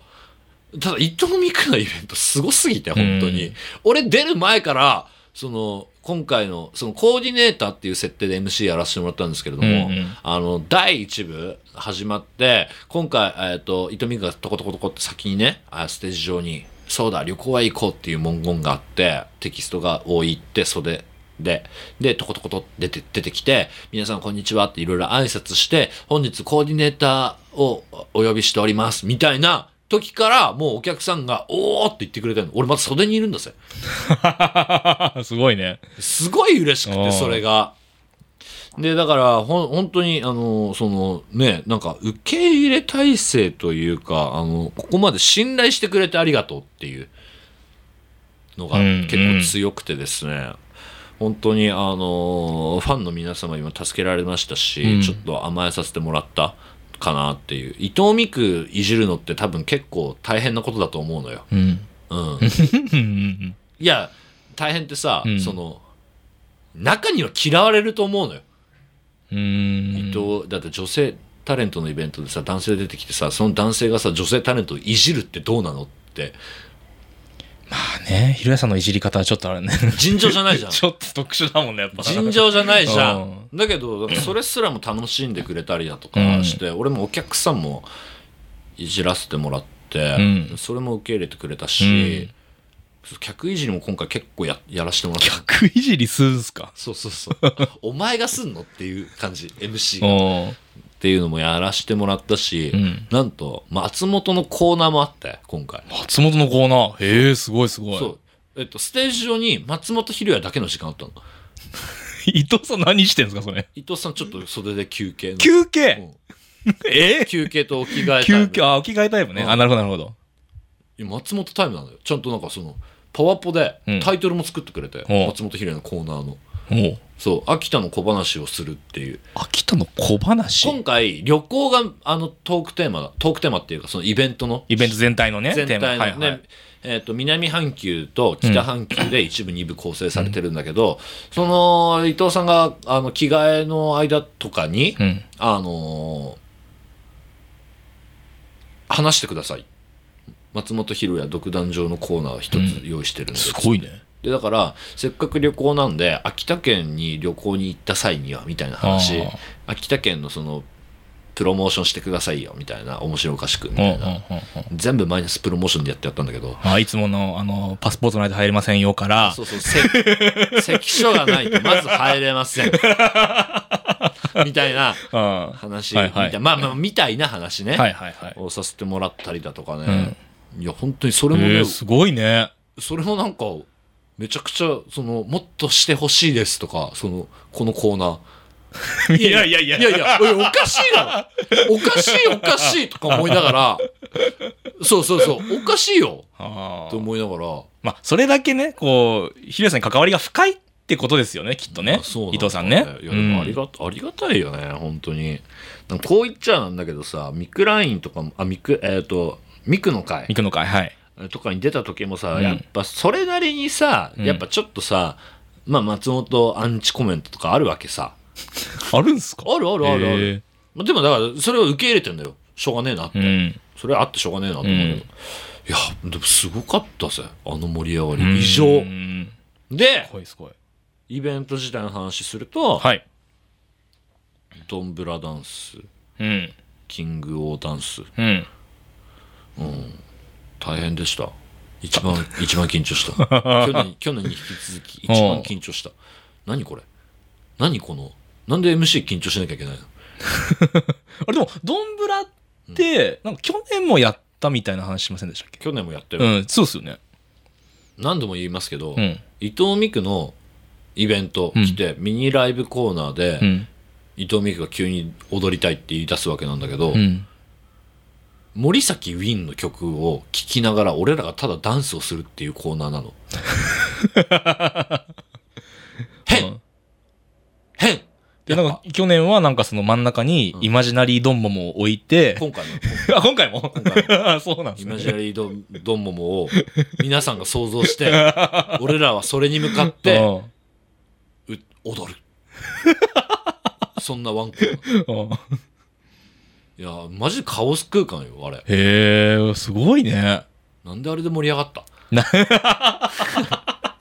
Speaker 1: ただ伊藤美久のイベントすごすぎて本当に、
Speaker 2: うん
Speaker 1: 俺出る前からその今回のそのコーディネーターっていう設定で MC やらせてもらったんですけれども、
Speaker 2: うんうん
Speaker 1: あの第1部始まって今回、えー、と伊藤美久がトコトコトコって先にねあステージ上に「そうだ旅行は行こう」っていう文言があってテキストが多いって袖ででトコトコと出て出てきて「皆さんこんにちは」っていろいろ挨拶して「本日コーディネーターをお呼びしております」みたいな時からもうお客さんが「おー!」って言ってくれてるの俺まだ袖にいるんだぜ
Speaker 2: すごいね。
Speaker 1: すごい嬉しく
Speaker 2: お
Speaker 1: て
Speaker 2: ー
Speaker 1: それが。でだからほん本当にあのそのねなんか受け入れ体制というかあのここまで信頼してくれてありがとうっていうのが
Speaker 2: うん
Speaker 1: 結構強くてですね、本当にあのファンの皆様にも助けられましたし、
Speaker 2: うん
Speaker 1: ちょっと甘えさせてもらったかなっていう伊藤美久いじるのって多分結構大変なことだと思うのよ。
Speaker 2: うん。
Speaker 1: うん、
Speaker 2: うんうん
Speaker 1: いや大変ってさ、
Speaker 2: うん
Speaker 1: その中には嫌われると思うのよ、
Speaker 2: うん。うん
Speaker 1: 伊藤だって女性タレントのイベントでさ男性出てきてさその男性がさ女性タレントをいじるってどうなのって
Speaker 2: まあね、ひろやさんのいじり方はちょっとあれね。
Speaker 1: 尋常じゃないじ ゃん
Speaker 2: ちょっと特殊だもんね、やっぱ。
Speaker 1: 尋常じゃないじゃ
Speaker 2: うん
Speaker 1: だけどだからそれすらも楽しんでくれたりだとかして、俺もお客さんもいじらせてもらって、
Speaker 2: うん
Speaker 1: それも受け入れてくれたし、客いじりも今回結構ややらせてもらった
Speaker 2: 逆いじりするんすか
Speaker 1: そうそうそう お前がすんのっていう感じ MC が
Speaker 2: お
Speaker 1: っていうのもやらしてもらったし、
Speaker 2: うん
Speaker 1: なんと松本のコーナーもあって今回
Speaker 2: 松本のコーナー。へえ、すごいすごい。
Speaker 1: そう、えっと、ステージ上に松本ひろやだけの時間あったの
Speaker 2: 伊藤さん何してんすか、それ。
Speaker 1: 伊藤さんちょっと袖で休憩の
Speaker 2: 休
Speaker 1: う
Speaker 2: 憩
Speaker 1: ん
Speaker 2: え
Speaker 1: 休憩とお着替えタイム
Speaker 2: 休憩、あ、お着替えタイプね。
Speaker 1: うん
Speaker 2: あ、なるほど、なるほど。
Speaker 1: いや松本タイムなのよちゃんとなんかそのパワポで
Speaker 2: うん
Speaker 1: タイトルも作ってくれて、
Speaker 2: お
Speaker 1: 松本ひろやのコーナーの
Speaker 2: おう
Speaker 1: そう秋田の小話をするっていう
Speaker 2: 秋田の小話
Speaker 1: 今回旅行があのトークテーマだトークテーマっていうかそのイベントの
Speaker 2: イベント全体のね、
Speaker 1: 全体のね、
Speaker 2: テーマはいはい
Speaker 1: えー、と南半球と北半球で一部、二部構成されてるんだけど、その伊藤さんがあの着替えの間とかに、
Speaker 2: うん。
Speaker 1: あのー話してください松本博也独壇場のコーナーを一つ用意してるんです、
Speaker 2: すごいね。
Speaker 1: でだからせっかく旅行なんで秋田県に旅行に行った際にはみたいな話
Speaker 2: あー
Speaker 1: 秋田県のそのプロモーションしてくださいよみたいな面白おかしくみ
Speaker 2: うん
Speaker 1: た
Speaker 2: うんう
Speaker 1: い
Speaker 2: ん
Speaker 1: な、
Speaker 2: うん。
Speaker 1: 全部マイナスプロモーションでやってやったんだけど、
Speaker 2: あいつもの、あの、パスポートないと入れませんよから、
Speaker 1: そうそう、せ 関所がないとまず入れませ ん。みたいな
Speaker 2: ああ
Speaker 1: 話、
Speaker 2: はいはい
Speaker 1: みたいまあまあ、みたいな話ね、
Speaker 2: はいはいはい。
Speaker 1: をさせてもらったりだとかね。いや、本当にそれも
Speaker 2: へ
Speaker 1: ね、
Speaker 2: えすごいね。
Speaker 1: それもなんか、めちゃくちゃ、その、もっとしてほしいですとか、その、このコーナー。
Speaker 2: いやいやいや
Speaker 1: いやいや、おいおかしいだろおかしいおかしいとか思いながら、そうそうそう、おかしいよ
Speaker 2: ああ
Speaker 1: と思いながら、
Speaker 2: まあ、それだけね、こう、ひろやさんに関わりが深いってことですよね、きっとね
Speaker 1: あ。そうなんだ
Speaker 2: 伊藤さんね。
Speaker 1: いやでもあり
Speaker 2: と
Speaker 1: がた、ありがたいよね、本当に。なんかこう言っちゃなんだけどさ、ミクラインとかも、あ、ミク、えっ、と、ミクの
Speaker 2: 行
Speaker 1: 会
Speaker 2: くのかいはい。
Speaker 1: とかに出た時もさ、
Speaker 2: うん
Speaker 1: やっぱそれなりにさ、
Speaker 2: うん
Speaker 1: やっぱちょっとさ、まあ松本アンチコメントとかあるわけさ。
Speaker 2: あるんすか
Speaker 1: あるあるあるあ
Speaker 2: へえ
Speaker 1: る。まあでもだからそれを受け入れてんだよ。しょうがねえな。
Speaker 2: うん。
Speaker 1: それあってしょうがねえなと思うけど。
Speaker 2: うん
Speaker 1: いや、でもすごかったぜ。あの盛り上がり。異常
Speaker 2: う。ん、
Speaker 1: です
Speaker 2: ごいすごい。
Speaker 1: イベント自体の話すると、
Speaker 2: はい。
Speaker 1: ドンブラダンス、
Speaker 2: うん。
Speaker 1: キングオーダンス、
Speaker 2: うん。
Speaker 1: 大変でした一 番一番緊張した去年去年に引き続き一番緊張した何これ何このなんで MC 緊張しなきゃいけないの
Speaker 2: あれでも、ドンブラって、なんか去年もやったみたいな話しませんでしたっけ
Speaker 1: 去年もやってる、
Speaker 2: うん、そうっすよね。
Speaker 1: 何度も言いますけど、
Speaker 2: うん。
Speaker 1: 伊藤美久のイベント来て、ミニライブコーナーで、
Speaker 2: うん。
Speaker 1: 伊藤美久が急に踊りたいって言い出すわけなんだけど、
Speaker 2: うん。
Speaker 1: 森崎ウィンの曲を聴きながら俺らがただダンスをするっていうコーナーな の変変
Speaker 2: でなんか去年はなんかその真ん中にイマジナリードンモモを置いて、
Speaker 1: 今回の
Speaker 2: あ今回も
Speaker 1: 今
Speaker 2: あ そうなんで
Speaker 1: イ
Speaker 2: す
Speaker 1: マ
Speaker 2: ね
Speaker 1: ジナリードンドンモモを皆さんが想像して俺らはそれに向かって
Speaker 2: うん
Speaker 1: う踊る そんなワンコーナー
Speaker 2: うん
Speaker 1: いやーマジでカオス空間よあれ
Speaker 2: へえすごいね
Speaker 1: なんであれで盛り上がった
Speaker 2: な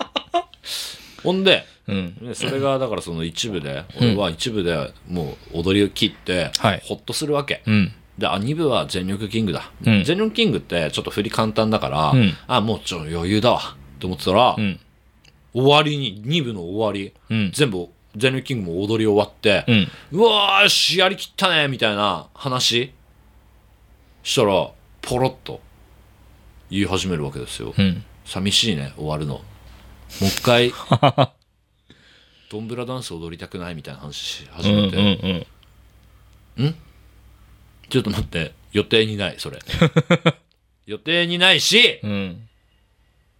Speaker 1: ほんで
Speaker 2: うん
Speaker 1: ねそれがだからその一部で俺は一部でもう踊りを切って
Speaker 2: はい
Speaker 1: ほっとするわけ、
Speaker 2: うん
Speaker 1: であ二部は全力キングだ、
Speaker 2: うん
Speaker 1: 全力キングってちょっと振り簡単だから、
Speaker 2: うん
Speaker 1: あもうちょ余裕だわと思ってたら、
Speaker 2: うん
Speaker 1: 終わりに2部の終わり
Speaker 2: うん
Speaker 1: 全部全力キングも踊り終わって、
Speaker 2: うん
Speaker 1: うわーよしやりきったねみたいな話したらポロッと言い始めるわけですよ、
Speaker 2: うん
Speaker 1: 寂しいね終わるのもう一 回ドンブラダンス踊りたくないみたいな話し
Speaker 2: う
Speaker 1: 始
Speaker 2: ん
Speaker 1: め
Speaker 2: うん
Speaker 1: て、
Speaker 2: うん
Speaker 1: ちょっと待って予定にないそ れ予定にないし
Speaker 2: うん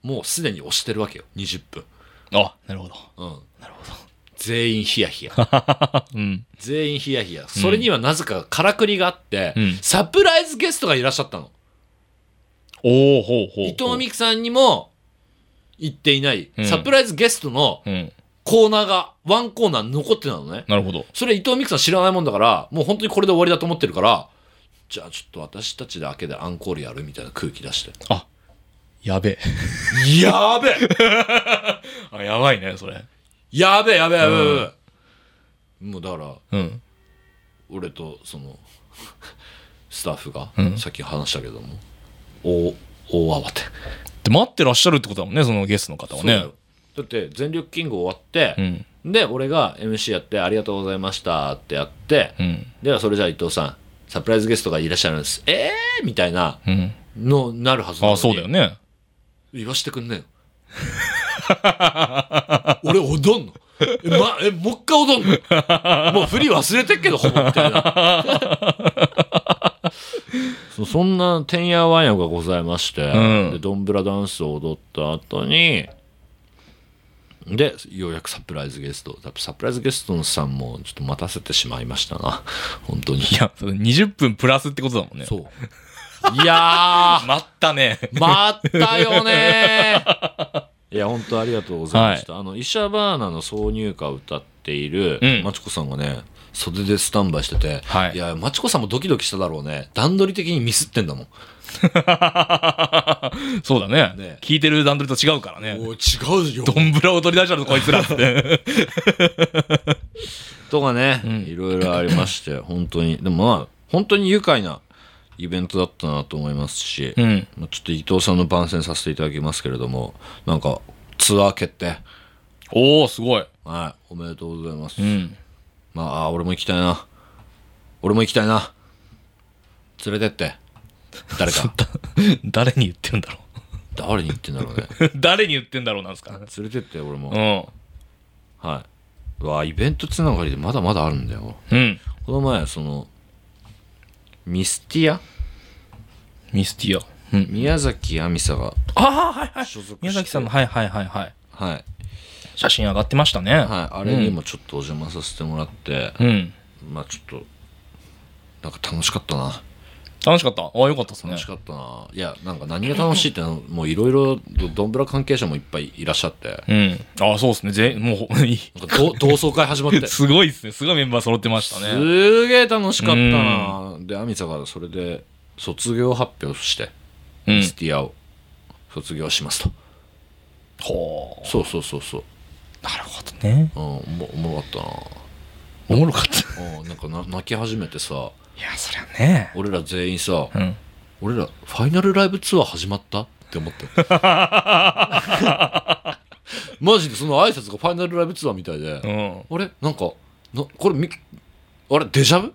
Speaker 1: もうすでに押してるわけよ20分
Speaker 2: あなるほど
Speaker 1: うんなるほど全員ヒヤヒヤ
Speaker 2: うん
Speaker 1: 全員ヒヤヒヤそれにはなぜかからくりがあって、
Speaker 2: うん
Speaker 1: サプライズゲストがいらっしゃったの
Speaker 2: おおほうほうほう
Speaker 1: 伊藤美希さんにも行っていない、
Speaker 2: うん
Speaker 1: サプライズゲストの
Speaker 2: うん
Speaker 1: コーナーがワンコーナー残ってたのね
Speaker 2: なるほど
Speaker 1: それ伊藤美希さん知らないもんだからもう本当にこれで終わりだと思ってるからじゃあちょっと私たちだけでアンコールやるみたいな空気出して
Speaker 2: あやべえ
Speaker 1: やべえ
Speaker 2: あやばいねそれ
Speaker 1: やべえやべえやべえやべえ、もうだから
Speaker 2: うん
Speaker 1: 俺とその スタッフが、
Speaker 2: うん
Speaker 1: さっき話したけども大大慌て
Speaker 2: で待ってらっしゃるってことだもんねそのゲストの方は
Speaker 1: そうだ
Speaker 2: ね
Speaker 1: よだって全力キング終わって、
Speaker 2: うん
Speaker 1: で俺が MC やって「ありがとうございました」ってやって、
Speaker 2: うん
Speaker 1: ではそれじゃあ伊藤さんサプライズゲストがいらっしゃるんですえーみたいな
Speaker 2: うん
Speaker 1: のなるはずなのに
Speaker 2: あそうだよね
Speaker 1: 言わしてくんねえの俺踊んのえ,、ま、えもう一回踊んのもう振り忘れてっけどほぼみたいなそそんなてんやわんやがございまして、
Speaker 2: うん
Speaker 1: でドンブラダンスを踊った後にでようやくサプライズゲストサプライズゲストさんもちょっと待たせてしまいましたな本当に
Speaker 2: いやそれ20分プラスってことだもんね
Speaker 1: そういやー
Speaker 2: 待った ね
Speaker 1: まったよねー いや本当ありがとうございました、あの医者バーナの挿入歌を歌っている、
Speaker 2: うん
Speaker 1: マチコさんがね袖でスタンバイしてて、
Speaker 2: はい
Speaker 1: やマチコさんもドキドキしただろうね段取り的にミスってんだもん
Speaker 2: そうだね
Speaker 1: ね
Speaker 2: 聞いてる段取りと違うからね
Speaker 1: おい違うよ
Speaker 2: どんぶらを取り出したのこいつらって
Speaker 1: とかね、
Speaker 2: ん
Speaker 1: いろいろありま して本当にでもまあ本当に愉快なイベントだったなと思いますし、
Speaker 2: うん
Speaker 1: まあちょっと伊藤さんの番宣させていただきますけれどもなんかツアー決定
Speaker 2: おおすごい
Speaker 1: はいおめでとうございます、
Speaker 2: うん
Speaker 1: まああー、俺も行きたいな。俺も行きたいな。連れてって。誰か。
Speaker 2: 誰に言ってるんだろ
Speaker 1: 誰に言ってんだろう ね。
Speaker 2: う誰に言ってんだろうなんですか
Speaker 1: 連れてって、俺も。
Speaker 2: う
Speaker 1: はい。うわイベントつながりでまだまだあるんだよ。
Speaker 2: んうん
Speaker 1: この前、その、ミスティア
Speaker 2: ミスティアうん
Speaker 1: 宮崎亜美沙が
Speaker 2: ああはいはい
Speaker 1: 所属して
Speaker 2: 宮崎さんのはいはいはいはい
Speaker 1: はい。はい。
Speaker 2: 写真上がってましたね
Speaker 1: あれにもちょっとお邪魔させてもらって、
Speaker 2: うん
Speaker 1: まあちょっと、なんか楽しかったな。
Speaker 2: 楽しかったああよかったですね
Speaker 1: 楽しかったな。いや、なんか何が楽しいっての、もういろい ろ、どどんぶら関係者もいっぱいいらっしゃって。
Speaker 2: うんああそうですねぜ もういい
Speaker 1: なんかど同窓会始まって。
Speaker 2: すごいですねすごいメンバー揃ってました
Speaker 1: す
Speaker 2: ね
Speaker 1: ーげえ楽しかったなでアミサがそれで卒業発表して
Speaker 2: うん
Speaker 1: ミスティアを卒業しますと、
Speaker 2: ほ
Speaker 1: そうそうそうそう
Speaker 2: うなるほどね
Speaker 1: うんおもおもろかったな
Speaker 2: おもろかった
Speaker 1: うんなんかな泣き始めてさ
Speaker 2: いやそりゃね
Speaker 1: 俺ら全員さ
Speaker 2: うん
Speaker 1: 俺らファイナルライブツアー始まったって思って マジでその挨拶がファイナルライブツアーみたいで、
Speaker 2: うん
Speaker 1: あれなんかなこれみあれデジャ ブ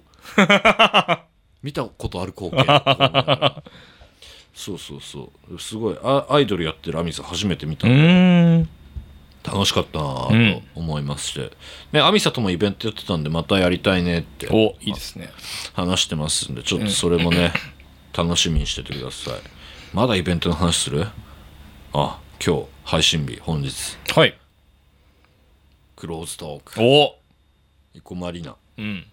Speaker 1: 見たことある光景と思いながらそうそうそうすごいあアイドルやってるアミさん初めて見た
Speaker 2: う
Speaker 1: の
Speaker 2: ーん
Speaker 1: 楽しかったな
Speaker 2: う
Speaker 1: ぁ
Speaker 2: ん
Speaker 1: と思いまして、ねアミサともイベントやってたんでまたやりたいねって
Speaker 2: おいいですね
Speaker 1: 話してますんでちょっとそれもね、楽しみにしててくださいまだイベントの話するあ今日配信日本日
Speaker 2: はい
Speaker 1: クローズトーク
Speaker 2: お
Speaker 1: 生駒里奈
Speaker 2: うん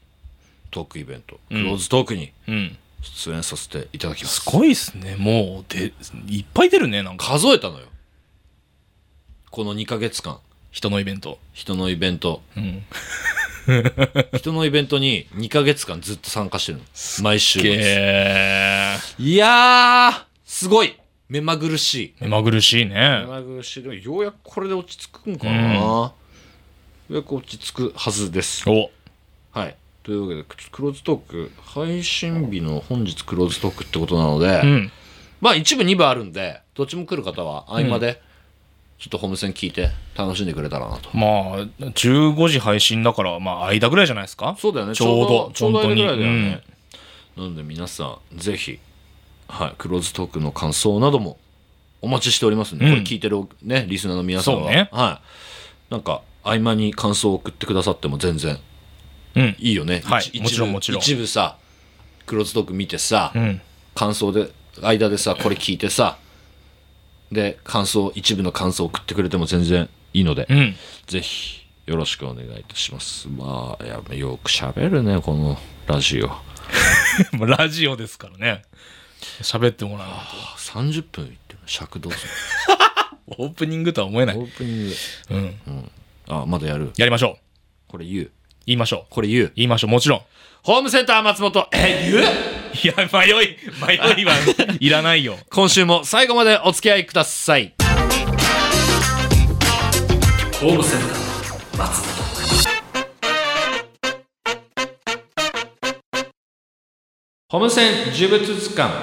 Speaker 1: トークイベント、
Speaker 2: うん
Speaker 1: クローズトークに
Speaker 2: うん
Speaker 1: 出演させていただきますす
Speaker 2: ごいっすねもうでいっぱい出るねなんか
Speaker 1: 数えたのよこの2ヶ月間
Speaker 2: 人のイベント
Speaker 1: 人のイベント
Speaker 2: うん
Speaker 1: 人のイベントに2ヶ月間ずっと参加してるの毎週末
Speaker 2: げ
Speaker 1: いやーすごい目まぐるしい
Speaker 2: ー目まぐるしいね
Speaker 1: 目まぐるしいでもようやくこれで落ち着くんかな、ようやく落ち着くはずです
Speaker 2: お
Speaker 1: はい。というわけで、クローズトーク、配信日の本日クローズトークってことなので、
Speaker 2: うん
Speaker 1: まあ一部二部あるんで、どっちも来る方は合間で、ちょっとホームセン聞いて楽しんでくれたらなと。
Speaker 2: まあ15時配信だからまあ間ぐらいじゃないですか
Speaker 1: そうだよね、
Speaker 2: ちょうど
Speaker 1: ちょうど
Speaker 2: 本当に
Speaker 1: ちょうど間ぐらいだよね。なので皆さん、ぜひ、はい、クローズトークの感想などもお待ちしておりますんで、
Speaker 2: うん
Speaker 1: これ聞いてる、ね、リスナーの皆さん
Speaker 2: そ
Speaker 1: は、
Speaker 2: うね
Speaker 1: はい。なんか、合間に感想を送ってくださっても全然
Speaker 2: うん
Speaker 1: いいよね。
Speaker 2: はい
Speaker 1: 一一部
Speaker 2: もちろんもちろん
Speaker 1: 一部さ、クローズトーク見てさ、
Speaker 2: うん
Speaker 1: 感想で間でさこれ聞いてさで感想一部の感想を送ってくれても全然いいので、
Speaker 2: うん
Speaker 1: ぜひよろしくお願いいたしますまあやよく喋るねこのラジオ
Speaker 2: もうラジオですからね喋ってもらう
Speaker 1: 30分いってる尺どうする
Speaker 2: オープニングとは思えない
Speaker 1: オープニング
Speaker 2: うん
Speaker 1: あまだやる
Speaker 2: やりましょう
Speaker 1: これ言う
Speaker 2: 言いましょう
Speaker 1: これ言う
Speaker 2: 言いましょうもちろん
Speaker 1: ホームセンター松本え言う
Speaker 2: いや迷い迷い はいらないよ
Speaker 1: 今週も最後までお付き合いください
Speaker 3: ホームセンター松本
Speaker 1: ホームセン呪物図鑑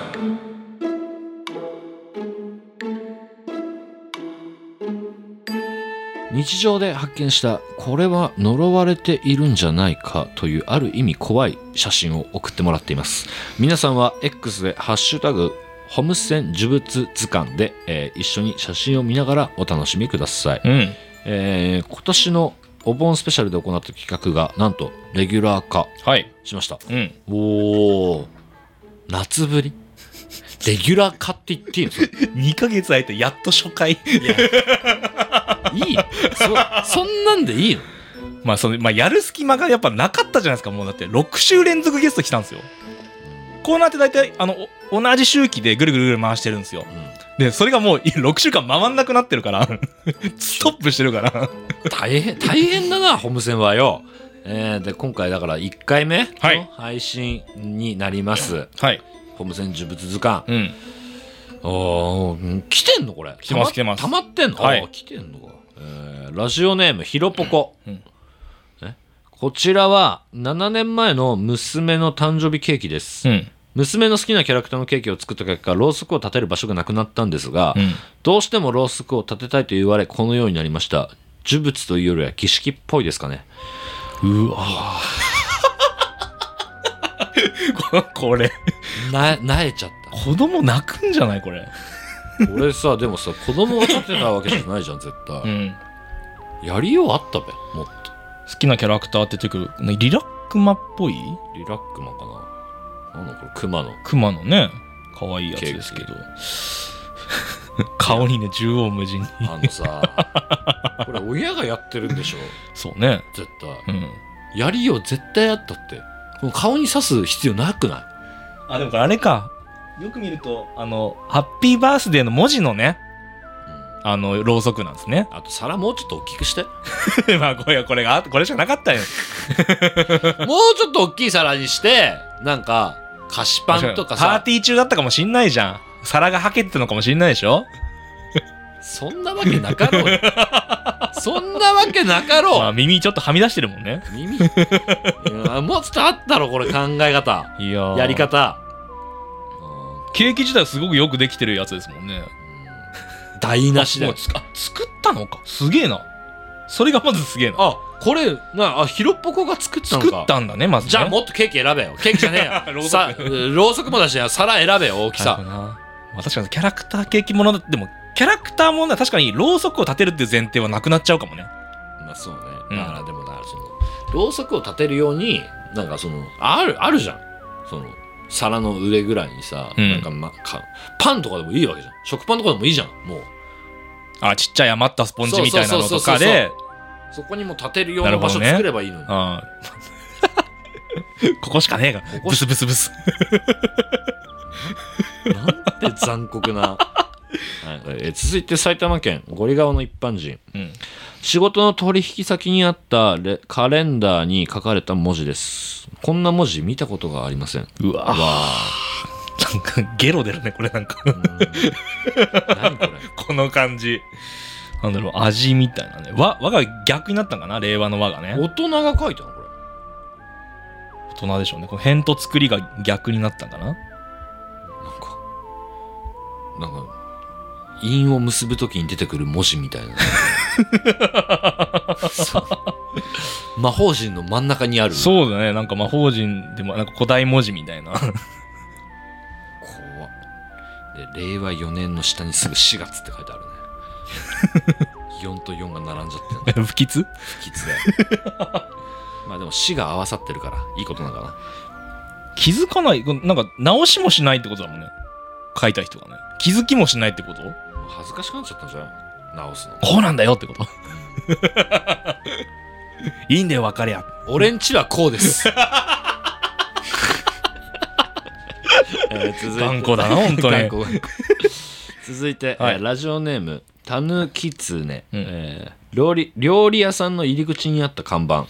Speaker 1: 日常で発見したこれは呪われているんじゃないかというある意味怖い写真を送ってもらっています皆さんは X で「ハッシュタグホームセン呪物図鑑で」えー一緒に写真を見ながらお楽しみください、
Speaker 2: うん
Speaker 1: えー今年のお盆スペシャルで行った企画がなんとレギュラー化
Speaker 2: はい
Speaker 1: しました
Speaker 2: うん
Speaker 1: おお夏ぶりレギュラー化って言っていいのそれ
Speaker 2: 2ヶ月空いてやっと初回
Speaker 1: いいそそんなんでいいの
Speaker 2: まあその、まあ、やる隙間がやっぱなかったじゃないですかもうだって6週連続ゲスト来たんですよコーナーって大体あのお同じ周期でぐるぐるぐる回してるんですよでそれがもうい6週 間回んなくなってるから ストップしてるから
Speaker 1: 大変大変だなホームセンはよえーで今回だから1回目
Speaker 2: はい
Speaker 1: の配信になります、
Speaker 2: はい
Speaker 1: ホームセン呪物図鑑
Speaker 2: うん
Speaker 1: おー来てんのこれ来
Speaker 2: てます来てます
Speaker 1: 溜まってんの、
Speaker 2: はい
Speaker 1: あー来てんのか、えーラジオネームひろぽこ、
Speaker 2: うん
Speaker 1: えこちらは7年前の娘の誕生日ケーキです
Speaker 2: うん
Speaker 1: 娘の好きなキャラクターのケーキを作った結果ろうそくを立てる場所がなくなったんですが、
Speaker 2: うん
Speaker 1: どうしてもろうそくを立てたいと言われこのようになりました呪物というよりは儀式っぽいですかね
Speaker 2: うわ これ
Speaker 1: ななえちゃっ
Speaker 2: 子供泣くんじゃないこれ
Speaker 1: たこれさでもさ子供が立てたわけじゃないじゃん絶対、
Speaker 2: うん
Speaker 1: やりようあったべもっと
Speaker 2: 好きなキャラクターっててくるリラックマっぽい
Speaker 1: リラックマかななんだこれ熊の
Speaker 2: クマのね可愛いやつですけど顔にね縦横無尽に
Speaker 1: あのさ これ親がやってるんでしょ
Speaker 2: そうね
Speaker 1: 絶対
Speaker 2: うん
Speaker 1: やりよう絶対あったってこの顔に刺す必要なくない
Speaker 2: あでもこれあれかよく見るとあの「ハッピーバースデー」の文字のねあのろうそくなんですね
Speaker 1: あと皿もうちょっと大きくして
Speaker 2: まあこれはこれがあこれじゃなかったよ
Speaker 1: もうちょっと大きい皿にしてなんか菓子パンとか
Speaker 2: パー
Speaker 1: さ
Speaker 2: ティー中だったかもしんないじゃん皿がはけてたのかもしんないでしょ
Speaker 1: そんなわけなかろう よそんなわけなか
Speaker 2: ま
Speaker 1: ろ
Speaker 2: あ
Speaker 1: う
Speaker 2: 耳ちょっとはみ出してるもんね
Speaker 1: 耳いやもうちょっとあったろこれ考え方
Speaker 2: いやー
Speaker 1: やり方
Speaker 2: ケーキ自体すごくよくできてるやつですもんね
Speaker 1: うん台無しだ
Speaker 2: も
Speaker 1: よ
Speaker 2: うつあ作ったのかすげえなそれがまずすげえな
Speaker 1: あこれなあひろっぽこが作ったのか
Speaker 2: 作ったんだねまずね
Speaker 1: じゃあもっとケーキ選べよケーキじゃねえ
Speaker 2: ろう
Speaker 1: よ
Speaker 2: そく
Speaker 1: さろうそくもだし皿選べよ大き
Speaker 2: なる
Speaker 1: さ
Speaker 2: ほどなまあ確かにキャラクターケーキものだでもキャラクターものは確かにろうそくを立てるっていう前提はなくなっちゃうかもね
Speaker 1: まあそうね
Speaker 2: うん
Speaker 1: だからでもだからそのろうそくを立てるようになんかそのあるあるじゃんその皿の上ぐらいにさ、
Speaker 2: うん
Speaker 1: なんか,、ま、かパンとかでもいいわけじゃん食パンとかでもいいじゃんもう
Speaker 2: あちっちゃい余ったスポンジみたいなのとかで
Speaker 1: そこにも立てるよう
Speaker 2: な
Speaker 1: な
Speaker 2: るほ
Speaker 1: 場
Speaker 2: どね
Speaker 1: 所作ればいいのに、
Speaker 2: あー ここしかねえが
Speaker 1: ここ
Speaker 2: ブ
Speaker 1: し
Speaker 2: スブスブス
Speaker 1: なんて残酷 な、はいえー続いて埼玉県ゴリ顔の一般人
Speaker 2: うん
Speaker 1: 仕事の取引先にあったレカレンダーに書かれた文字ですこんな文字見たことがありません
Speaker 2: うわ
Speaker 1: うわ
Speaker 2: なんかゲロ出るねこれなんか
Speaker 1: ーうーん何これ
Speaker 2: この感じなんだろう味みたいなね和和が逆になったんかな令和の和がね
Speaker 1: 大人が書いたのこれ
Speaker 2: 大人でしょうねこの辺と作りが逆になったんかな
Speaker 1: なんかなんか韻を結ぶときに出てくる文字みたい なそう魔法陣の真ん中にある
Speaker 2: そうだねなんか魔法陣でもなんか古代文字みたいな
Speaker 1: 怖っで令和4年の下にすぐ4月って書いてあるね 4と4が並んじゃってる
Speaker 2: 不吉
Speaker 1: 不吉で まあでも4が合わさってるからいいことなんかな
Speaker 2: 気づかないこのなんか直しもしないってことだもんね書いた人がね気づきもしないってこと
Speaker 1: もう恥ずかしくなっちゃったんじゃん直すの
Speaker 2: こうなんだよってこと いいんだよ分かりゃ
Speaker 1: 俺んちはこうですえー続いて
Speaker 2: 頑固だな本当に
Speaker 1: 頑固頑固 続いて、
Speaker 2: はい
Speaker 1: えーラジオネームたぬきつね、
Speaker 2: うん
Speaker 1: えー料理料理屋さんの入り口にあった看板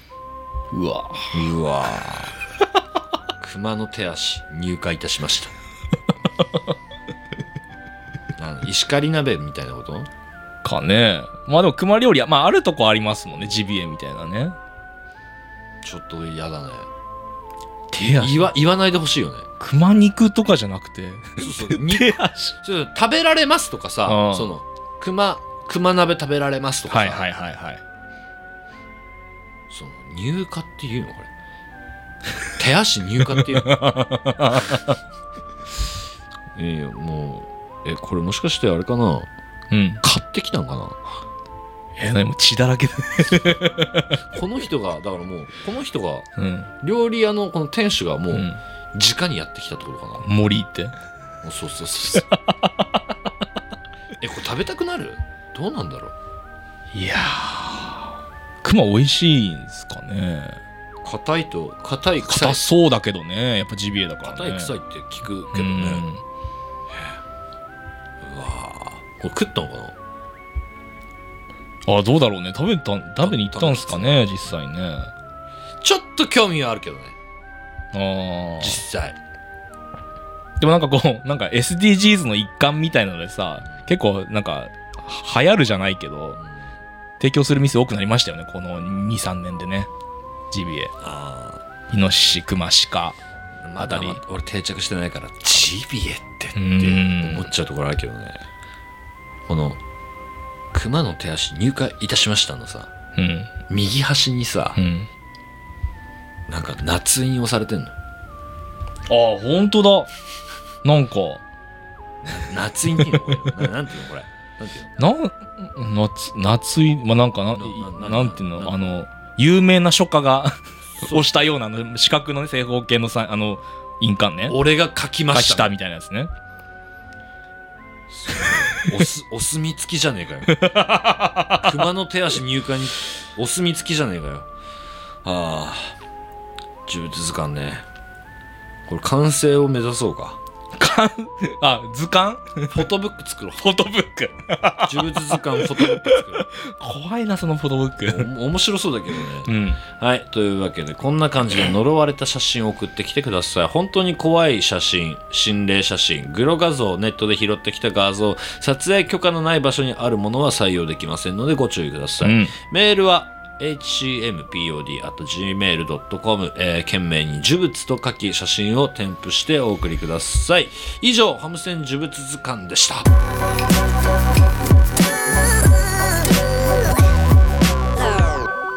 Speaker 2: うわ
Speaker 1: うわー熊の手足入荷いたしました なん石狩鍋みたいなこと
Speaker 2: かねまあでも熊料理はまああるとこありますもんねジビエみたいなね
Speaker 1: ちょっと嫌だね
Speaker 2: 手
Speaker 1: 言わ言わないでほしいよね
Speaker 2: 熊肉とかじゃなくて
Speaker 1: そうそうに
Speaker 2: 手足
Speaker 1: ちょっと食べられますとか
Speaker 2: う
Speaker 1: さ
Speaker 2: ん
Speaker 1: その熊熊鍋食べられますとかさ、
Speaker 2: はいはいはいはい
Speaker 1: その入荷っていうのこれ手足入荷っていう のいやいやもうえこれもしかしてあれかな
Speaker 2: うん
Speaker 1: 買ってきたんかな
Speaker 2: えでも血だらけだ
Speaker 1: この人がだからもうこの人が
Speaker 2: うん、
Speaker 1: 料理屋のこの店主がも
Speaker 2: う、
Speaker 1: うん直にやってきたってことかな、も
Speaker 2: 森って
Speaker 1: うそうそうそうそうえこれ食べたくなるどうなんだろう
Speaker 2: いやー熊美味しいんすかね
Speaker 1: 硬いと硬い臭い
Speaker 2: 硬そうだけどねやっぱジビエだからね
Speaker 1: 硬い臭いって聞くけ
Speaker 2: う
Speaker 1: どね、うんわーこれ食ったのかな
Speaker 2: あどうだろうね食べたん食べに行ったんすかね実際ね
Speaker 1: ちょっと興味はあるけどね
Speaker 2: あー
Speaker 1: 実際
Speaker 2: でもなんかこうなんか SDGs の一環みたいなのでさ結構なんかは流行るじゃないけど提供する店多くなりましたよねこの23年でねジビエ
Speaker 1: あ
Speaker 2: イノシシクマシカ
Speaker 1: あまだ
Speaker 2: あたり
Speaker 1: 俺定着してないからジビエってって
Speaker 2: うん
Speaker 1: 思っちゃうところあるけどねこの熊の手足入荷いたしましたのさ
Speaker 2: うん
Speaker 1: 右端にさ、
Speaker 2: うん
Speaker 1: なんか夏印をされてんの
Speaker 2: あ本当だなんか
Speaker 1: 夏印っていうのこれ ななんていうのこれなんていうの
Speaker 2: なん夏夏いまあなんかな
Speaker 1: なな
Speaker 2: なんていうの
Speaker 1: な
Speaker 2: あの有名な書家 が押したようなあの四角のね正方形のさあの印鑑ね
Speaker 1: 俺が書きま
Speaker 2: が
Speaker 1: し
Speaker 2: したたみたいなやつね
Speaker 1: おす お墨付きじゃねえかよ熊の手足入荷にお墨付きじゃねえかよああ呪物図鑑ねこれ完成を目指そうか
Speaker 2: かんあ図鑑
Speaker 1: フォトブック作ろう
Speaker 2: フォトブック
Speaker 1: 呪物図鑑フォトブック作
Speaker 2: 怖いなそのフォトブック
Speaker 1: ろうお面白そうだけどね
Speaker 2: うん
Speaker 1: はいというわけでこんな感じで呪われた写真を送ってきてください本当に怖い写真心霊写真グロ画像ネットで拾ってきた画像撮影許可のない場所にあるものは採用できませんのでご注意ください、
Speaker 2: うん
Speaker 1: メールは hcmpod.gmail.com、えー、懸命に呪物と書き写真を添付してお送りください以上ハムセン呪物図鑑でした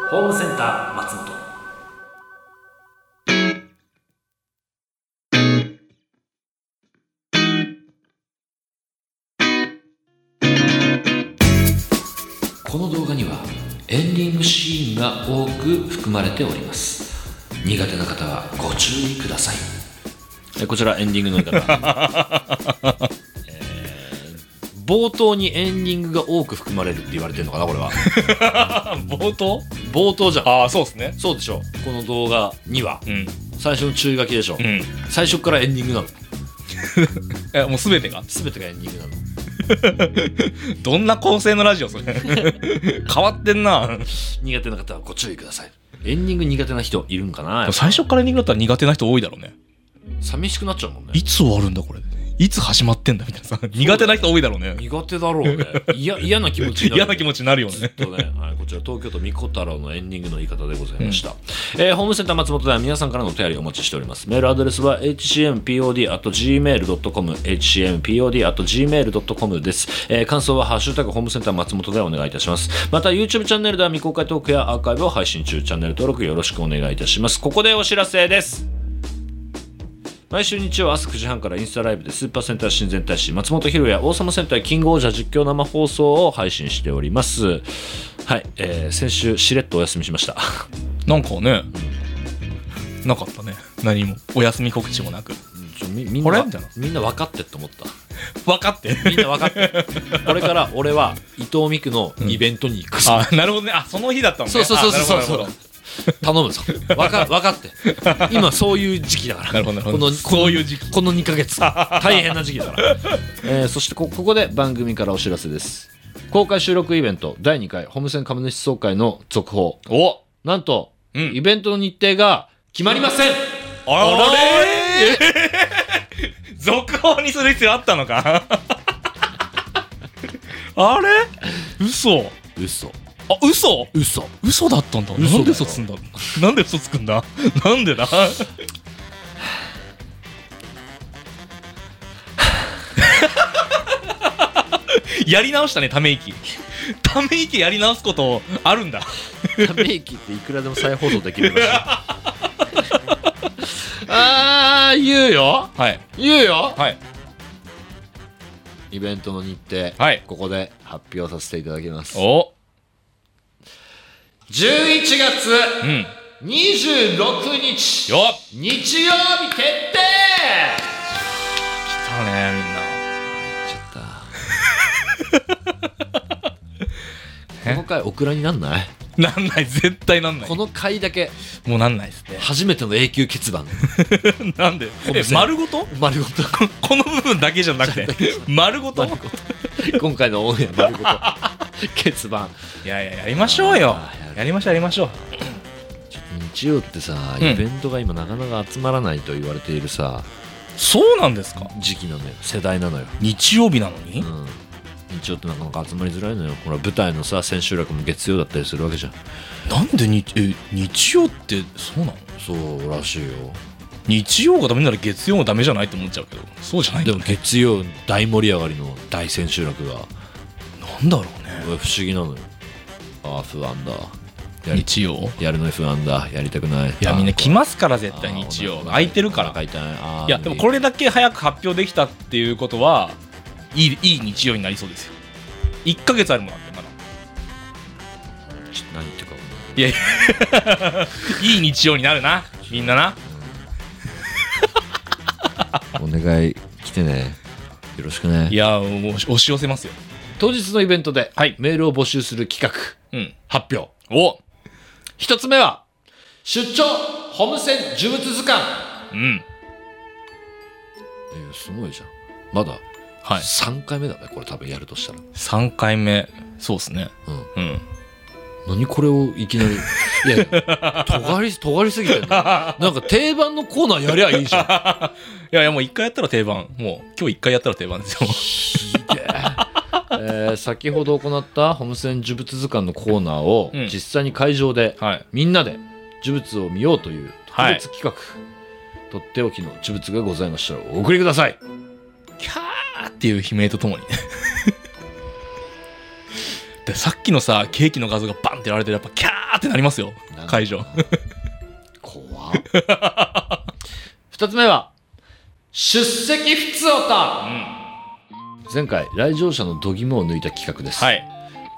Speaker 3: ホームセンター松本
Speaker 1: この動画にはエンディングシーンが多く含まれております苦手な方はご注意ください えこちらエンディングの言い方、えー冒頭にエンディングが多く含まれるって言われてるのかなこれは
Speaker 2: 冒頭
Speaker 1: 冒頭じゃん
Speaker 2: ああそうですね
Speaker 1: そうでしょこの動画には
Speaker 2: うん
Speaker 1: 最初の注意書きでしょ、
Speaker 2: うん
Speaker 1: 最初からエンディングなの
Speaker 2: えもう全てが
Speaker 1: 全てがエンディングなの
Speaker 2: どんな構成のラジオそれ 変わってんな
Speaker 1: 苦手な方はご注意くださいエンディング苦手な人いるんかな
Speaker 2: 最初から苦手だったら苦手な人多いだろうね
Speaker 1: 寂しくなっちゃうもんね
Speaker 2: いつ終わるんだこれいつ始まってんだみたいなさ苦手な人多いだろうね
Speaker 1: 苦手だろうねいや 嫌な気持ちになる
Speaker 2: 嫌な気持ちになるよね
Speaker 1: とね、はい、こちら東京都三子太郎のエンディングの言い方でございました、えーホームセンター松本では皆さんからのお便りお待ちしておりますメールアドレスは hcmpod.gmail.com hcmpod.gmail.com です、えー感想は「ハッシュタグホームセンター松本」でお願いいたしますまた YouTube チャンネルでは未公開トークやアーカイブを配信中チャンネル登録よろしくお願いいたしますここでお知らせです毎週日曜朝9時半からインスタライブでスーパーセンター親善大使松本博也王様センターキングオージャー実況生放送を配信しておりますはい、えー先週しれっとお休みしました
Speaker 2: なんかねなかったね何もお休み告知もなく
Speaker 1: ちょみみん
Speaker 2: これ
Speaker 1: な
Speaker 2: みたいな
Speaker 1: みんな分かってって思った
Speaker 2: 分か って
Speaker 1: みんな分かってこれから俺は伊藤美久のイベントに行くぞ、
Speaker 2: あなるほどねあその日だったのね
Speaker 1: そうそうそうそう
Speaker 2: あなるほどなるほど
Speaker 1: 頼むぞ分か分かって今そういう時期だ から
Speaker 2: なるほどなるほど
Speaker 1: この
Speaker 2: そういう時期
Speaker 1: この2ヶ月大変な時期だから、 えーそしてこここで番組からお知らせです公開収録イベント第2回ホームセン株主総会の続報
Speaker 2: お
Speaker 1: なんと、
Speaker 2: うん
Speaker 1: イベントの日程が決まりません
Speaker 2: あれ続報にする必要あった のかあれ嘘
Speaker 1: 嘘
Speaker 2: あ嘘
Speaker 1: 嘘
Speaker 2: 嘘だったんだ
Speaker 1: 嘘だよ
Speaker 2: なんで嘘つんだなんで嘘つくんだ なんでだやり直したねため息ため息やり直すことあるんだ
Speaker 1: ため息っていくらでも再放送できる らしいあー言うよ
Speaker 2: はい
Speaker 1: 言うよ
Speaker 2: はい
Speaker 1: イベントの日程、
Speaker 2: はい
Speaker 1: ここで発表させていただきます
Speaker 2: お
Speaker 1: 11
Speaker 2: う
Speaker 1: 月
Speaker 2: ん
Speaker 1: 26日
Speaker 2: よっ
Speaker 1: 日曜日決定
Speaker 2: 来たねみんな
Speaker 1: ちゃった。 この回オクラになんない
Speaker 2: なんない絶対なんない
Speaker 1: この回だけ
Speaker 2: もうなんないですね
Speaker 1: 初めての永久欠番
Speaker 2: なんでえ
Speaker 1: 線
Speaker 2: 丸ごと
Speaker 1: 丸ごと
Speaker 2: この部分だけじゃなくて 丸ごと
Speaker 1: 丸ごと今回のオンエア丸ごと欠番
Speaker 2: いやいややりましょうよ
Speaker 1: あーやる
Speaker 2: やりましょうやりましょう
Speaker 1: 日曜ってさ
Speaker 2: うん
Speaker 1: イベントが今なかなか集まらないと言われているさ
Speaker 2: そうなんですか
Speaker 1: 時期なのよ世代なのよ、
Speaker 2: 日曜日なの
Speaker 1: う
Speaker 2: に
Speaker 1: ん、日曜ってなかなか集まりづらいのよほら舞台のさ千秋楽も月曜だったりするわけじゃん
Speaker 2: なんで日え日曜ってそうなの
Speaker 1: そうらしいよ
Speaker 2: 日曜がダメなら月曜もダメじゃないと思っちゃうけどそうじゃないん
Speaker 1: で
Speaker 2: だ
Speaker 1: も月曜大盛り上がりの大千秋楽が
Speaker 2: なんだろうね
Speaker 1: 俺不思議なのよああ不安だやり
Speaker 2: 日曜
Speaker 1: やるの不安だやりたくない
Speaker 2: いや
Speaker 1: あー
Speaker 2: みんな来ますから
Speaker 1: あ
Speaker 2: 絶
Speaker 1: ー
Speaker 2: 対日
Speaker 1: お
Speaker 2: 曜
Speaker 1: 腹
Speaker 2: 空いてるか
Speaker 1: お腹
Speaker 2: ら
Speaker 1: 痛いあー
Speaker 2: いやでもこれだけ早く発表できたっていうことはいいいい日曜になりそうですよ1ヶ月あるもんだってまだ
Speaker 1: ちょ何言ってるか
Speaker 2: いやいやいい日曜になる なみんなな
Speaker 1: お願い来てねよろしくね
Speaker 2: いやもう押し寄せますよ
Speaker 1: 当日のイベントで、
Speaker 2: はい
Speaker 1: メールを募集する企画
Speaker 2: うん
Speaker 1: 発表
Speaker 2: お
Speaker 1: 一つ目は出張ホームセン呪物図鑑
Speaker 2: うん
Speaker 1: いやすごいじゃんまだ
Speaker 2: はい
Speaker 1: 3回目だねこれ多分やるとしたら
Speaker 2: 3回目そうですね
Speaker 1: うん
Speaker 2: うん
Speaker 1: 何これをいき なりいや尖り尖りすぎてんのなんか定番のコーナーやりゃいいじゃん
Speaker 2: いやいやもう1回やったら定番もう今日1回やったら定番ですよ
Speaker 1: えー先ほど行ったホームセン呪物図鑑のコーナーを
Speaker 2: うん
Speaker 1: 実際に会場で
Speaker 2: はい
Speaker 1: みんなで呪物を見ようという特
Speaker 2: はい
Speaker 1: 別企画、とっておきの呪物がございましたらお送りください
Speaker 2: キャーっていう悲鳴とともにね でさっきのさケーキの画像がバンってやられてやっぱキャーってなりますよ
Speaker 1: なんか
Speaker 2: 会場
Speaker 1: 怖っ二つ目は出席不通歌、前回来場者の度肝を抜いた企画です、
Speaker 2: はい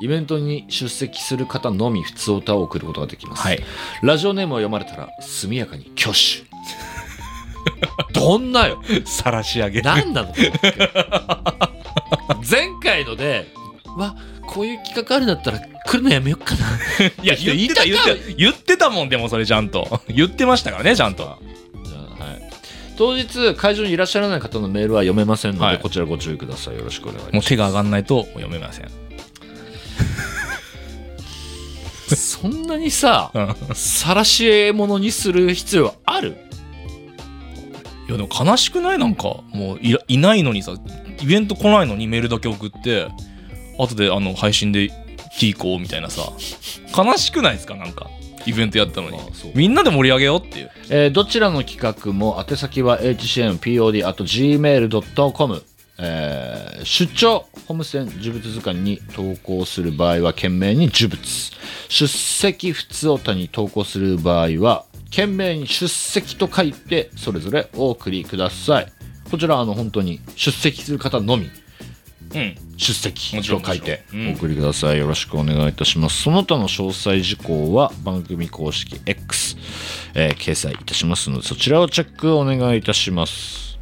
Speaker 1: イベントに出席する方のみ普通歌を送ることができます、
Speaker 2: はい
Speaker 1: ラジオネームを読まれたら速やかに挙手どんなよ
Speaker 2: さらし上げ
Speaker 1: 何なのこの企画前回のでわこういう企画あるんだったら来るのやめよっかない
Speaker 2: や言ってた言ってた言ってたもんでもそれちゃんと言ってましたからねちゃんと
Speaker 1: じゃあはい当日会場にいらっしゃらない方のメールは読めませんので、
Speaker 2: はい
Speaker 1: こちらご注意くださいよろしくお願いします
Speaker 2: もう手が上がんないと読めません
Speaker 1: そんなにさ
Speaker 2: うん
Speaker 1: 晒し獲物にする必要ある
Speaker 2: いやでも悲しくないなんかもういらいないのにさイベント来ないのにメールだけ送って後であの配信で聞こうみたいなさ悲しくないですかなんかイベントやったのに、
Speaker 1: まあそう
Speaker 2: みんなで盛り上げようっていう
Speaker 1: えーどちらの企画も宛先は hcmpod.gmail.com、えー出張ホームステン呪物図鑑に投稿する場合は懸命に呪物出席普通おたに投稿する場合は懸命に出席と書いてそれぞれお送りくださいこちらあの本当に出席する方のみ
Speaker 2: うん
Speaker 1: 出席
Speaker 2: も
Speaker 1: と
Speaker 2: ちろん
Speaker 1: 書いて
Speaker 2: もちろんうん
Speaker 1: お送りください、よろしくお願いいたしますその他の詳細事項は番組公式 X、えー掲載いたしますのでそちらをチェックお願いいたします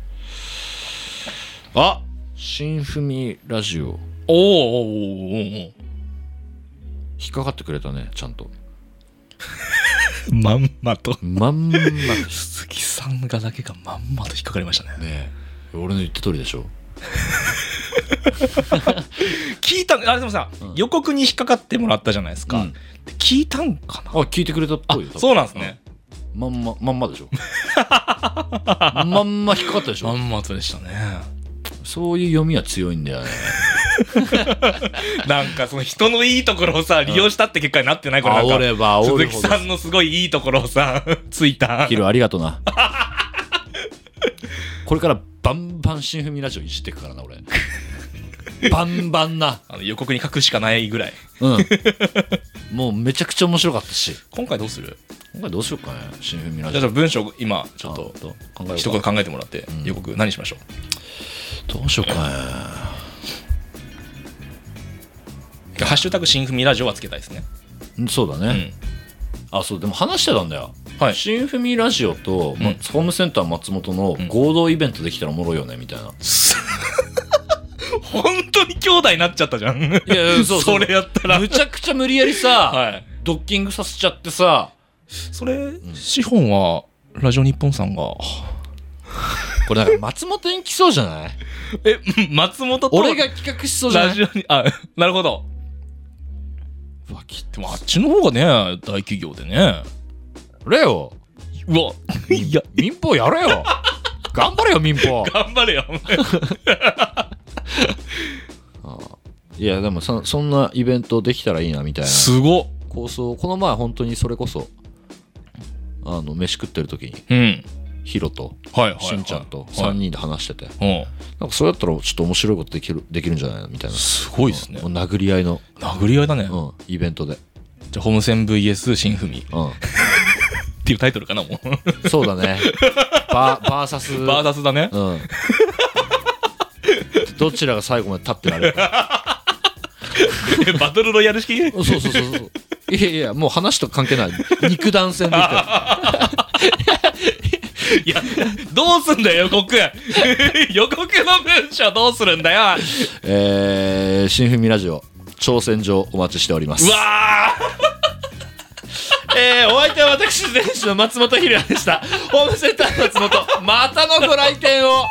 Speaker 1: あ新文ラジオ
Speaker 2: おーおーおーおーおー
Speaker 1: 引っかかってくれたねちゃんと
Speaker 2: まんまと
Speaker 1: まんまね
Speaker 2: 鈴木さんがだけがまんまと引っかかりましたね
Speaker 1: え 俺の言った通りでしょ
Speaker 2: 聞いたあれでもさ、
Speaker 1: うん
Speaker 2: 予告に引っかかってもらったじゃないですか、
Speaker 1: うん
Speaker 2: で聞いたんかな
Speaker 1: あ聞いてくれたっ
Speaker 2: あ
Speaker 1: ぽいよ
Speaker 2: そうなんですね、
Speaker 1: まんままんまでしょ まんま引っかかったでし
Speaker 2: ま
Speaker 1: ょ
Speaker 2: んまとでしたね
Speaker 1: そういう読みは強いんだよね
Speaker 2: なんかその人のいいところをさ利用したって結果になって ないこれなんか
Speaker 1: 煽れば煽
Speaker 2: 鈴
Speaker 1: る
Speaker 2: 木
Speaker 1: ほど
Speaker 2: さんのすごいいいところをさ ついた
Speaker 1: ヒロありがとなこれからバンバン新文ラジオいじってくからな俺バンバンな
Speaker 2: あの予告に書くしかないぐらい
Speaker 1: うんもうめちゃくちゃ面白かったし
Speaker 2: 今回どうする
Speaker 1: 今回どうしようかね新文ラ
Speaker 2: じ
Speaker 1: ジ
Speaker 2: ゃ
Speaker 1: オ
Speaker 2: あじゃあ文章今ちょっと
Speaker 1: あ考えよう
Speaker 2: 一
Speaker 1: か
Speaker 2: 言考えてもらって予告何しましょう
Speaker 1: どうしようかね
Speaker 2: 「ハッシュタグ新組ラジオ」はつけたいですね
Speaker 1: うんそうだ
Speaker 2: う
Speaker 1: ね、
Speaker 2: ん
Speaker 1: あそうでも話してたんだよ、
Speaker 2: はい
Speaker 1: 新文ラジオと、ま
Speaker 2: うん
Speaker 1: ホームセンター松本の合同イベントできたらおもろいよねみたいな、
Speaker 2: 本当に兄弟になっちゃったじゃんいや
Speaker 1: やいやそうそう
Speaker 2: れやったら
Speaker 1: むちゃくちゃ無理やりさ、
Speaker 2: はい
Speaker 1: ドッキングさせちゃってさ
Speaker 2: それ資本はラジオ日本さんが
Speaker 1: これなんか松本に来そうじゃない
Speaker 2: え松本と
Speaker 1: 俺が企画しそうじゃな
Speaker 2: ラ
Speaker 1: い
Speaker 2: ジオにあなるほど
Speaker 1: わき
Speaker 2: でもあっちの方がね大企業でね
Speaker 1: れよ
Speaker 2: うわいや
Speaker 1: 民放やれよ頑張れよ民放
Speaker 2: 頑張れよ
Speaker 1: いやでもそそんなイベントできたらいいなみたいな
Speaker 2: すごっ
Speaker 1: 構想この前本当にそれこそあの飯食ってる時に
Speaker 2: うん
Speaker 1: ヒロと
Speaker 2: はいはい、はい、
Speaker 1: しんちゃんと
Speaker 2: は
Speaker 1: 3人で話してて、
Speaker 2: いうん
Speaker 1: なんかそうやったらちょっと面白いことできるできるんじゃないのみたいな
Speaker 2: すごいですね
Speaker 1: もう殴り合いの、
Speaker 2: 殴り合いだね、
Speaker 1: うん、イベントで、
Speaker 2: じゃあホームセン VS 新文っ
Speaker 1: う
Speaker 2: ていうタイトルかなもう
Speaker 1: ん、そうだねババーサス
Speaker 2: バーサスだ ね
Speaker 1: うんどちらが最後まで立ってられるか
Speaker 2: バトルロイヤル式
Speaker 1: そうそうそうそういやいやもう話と関係ない肉弾戦でいく から
Speaker 2: いやどうすんだよ予告 予告の文章どうするんだよ
Speaker 1: えー、新文ラジオ挑戦状お待ちしております
Speaker 2: うわー
Speaker 1: えー、お相手は私選手の松本ひろやでしたホームセンター松本またのご来店を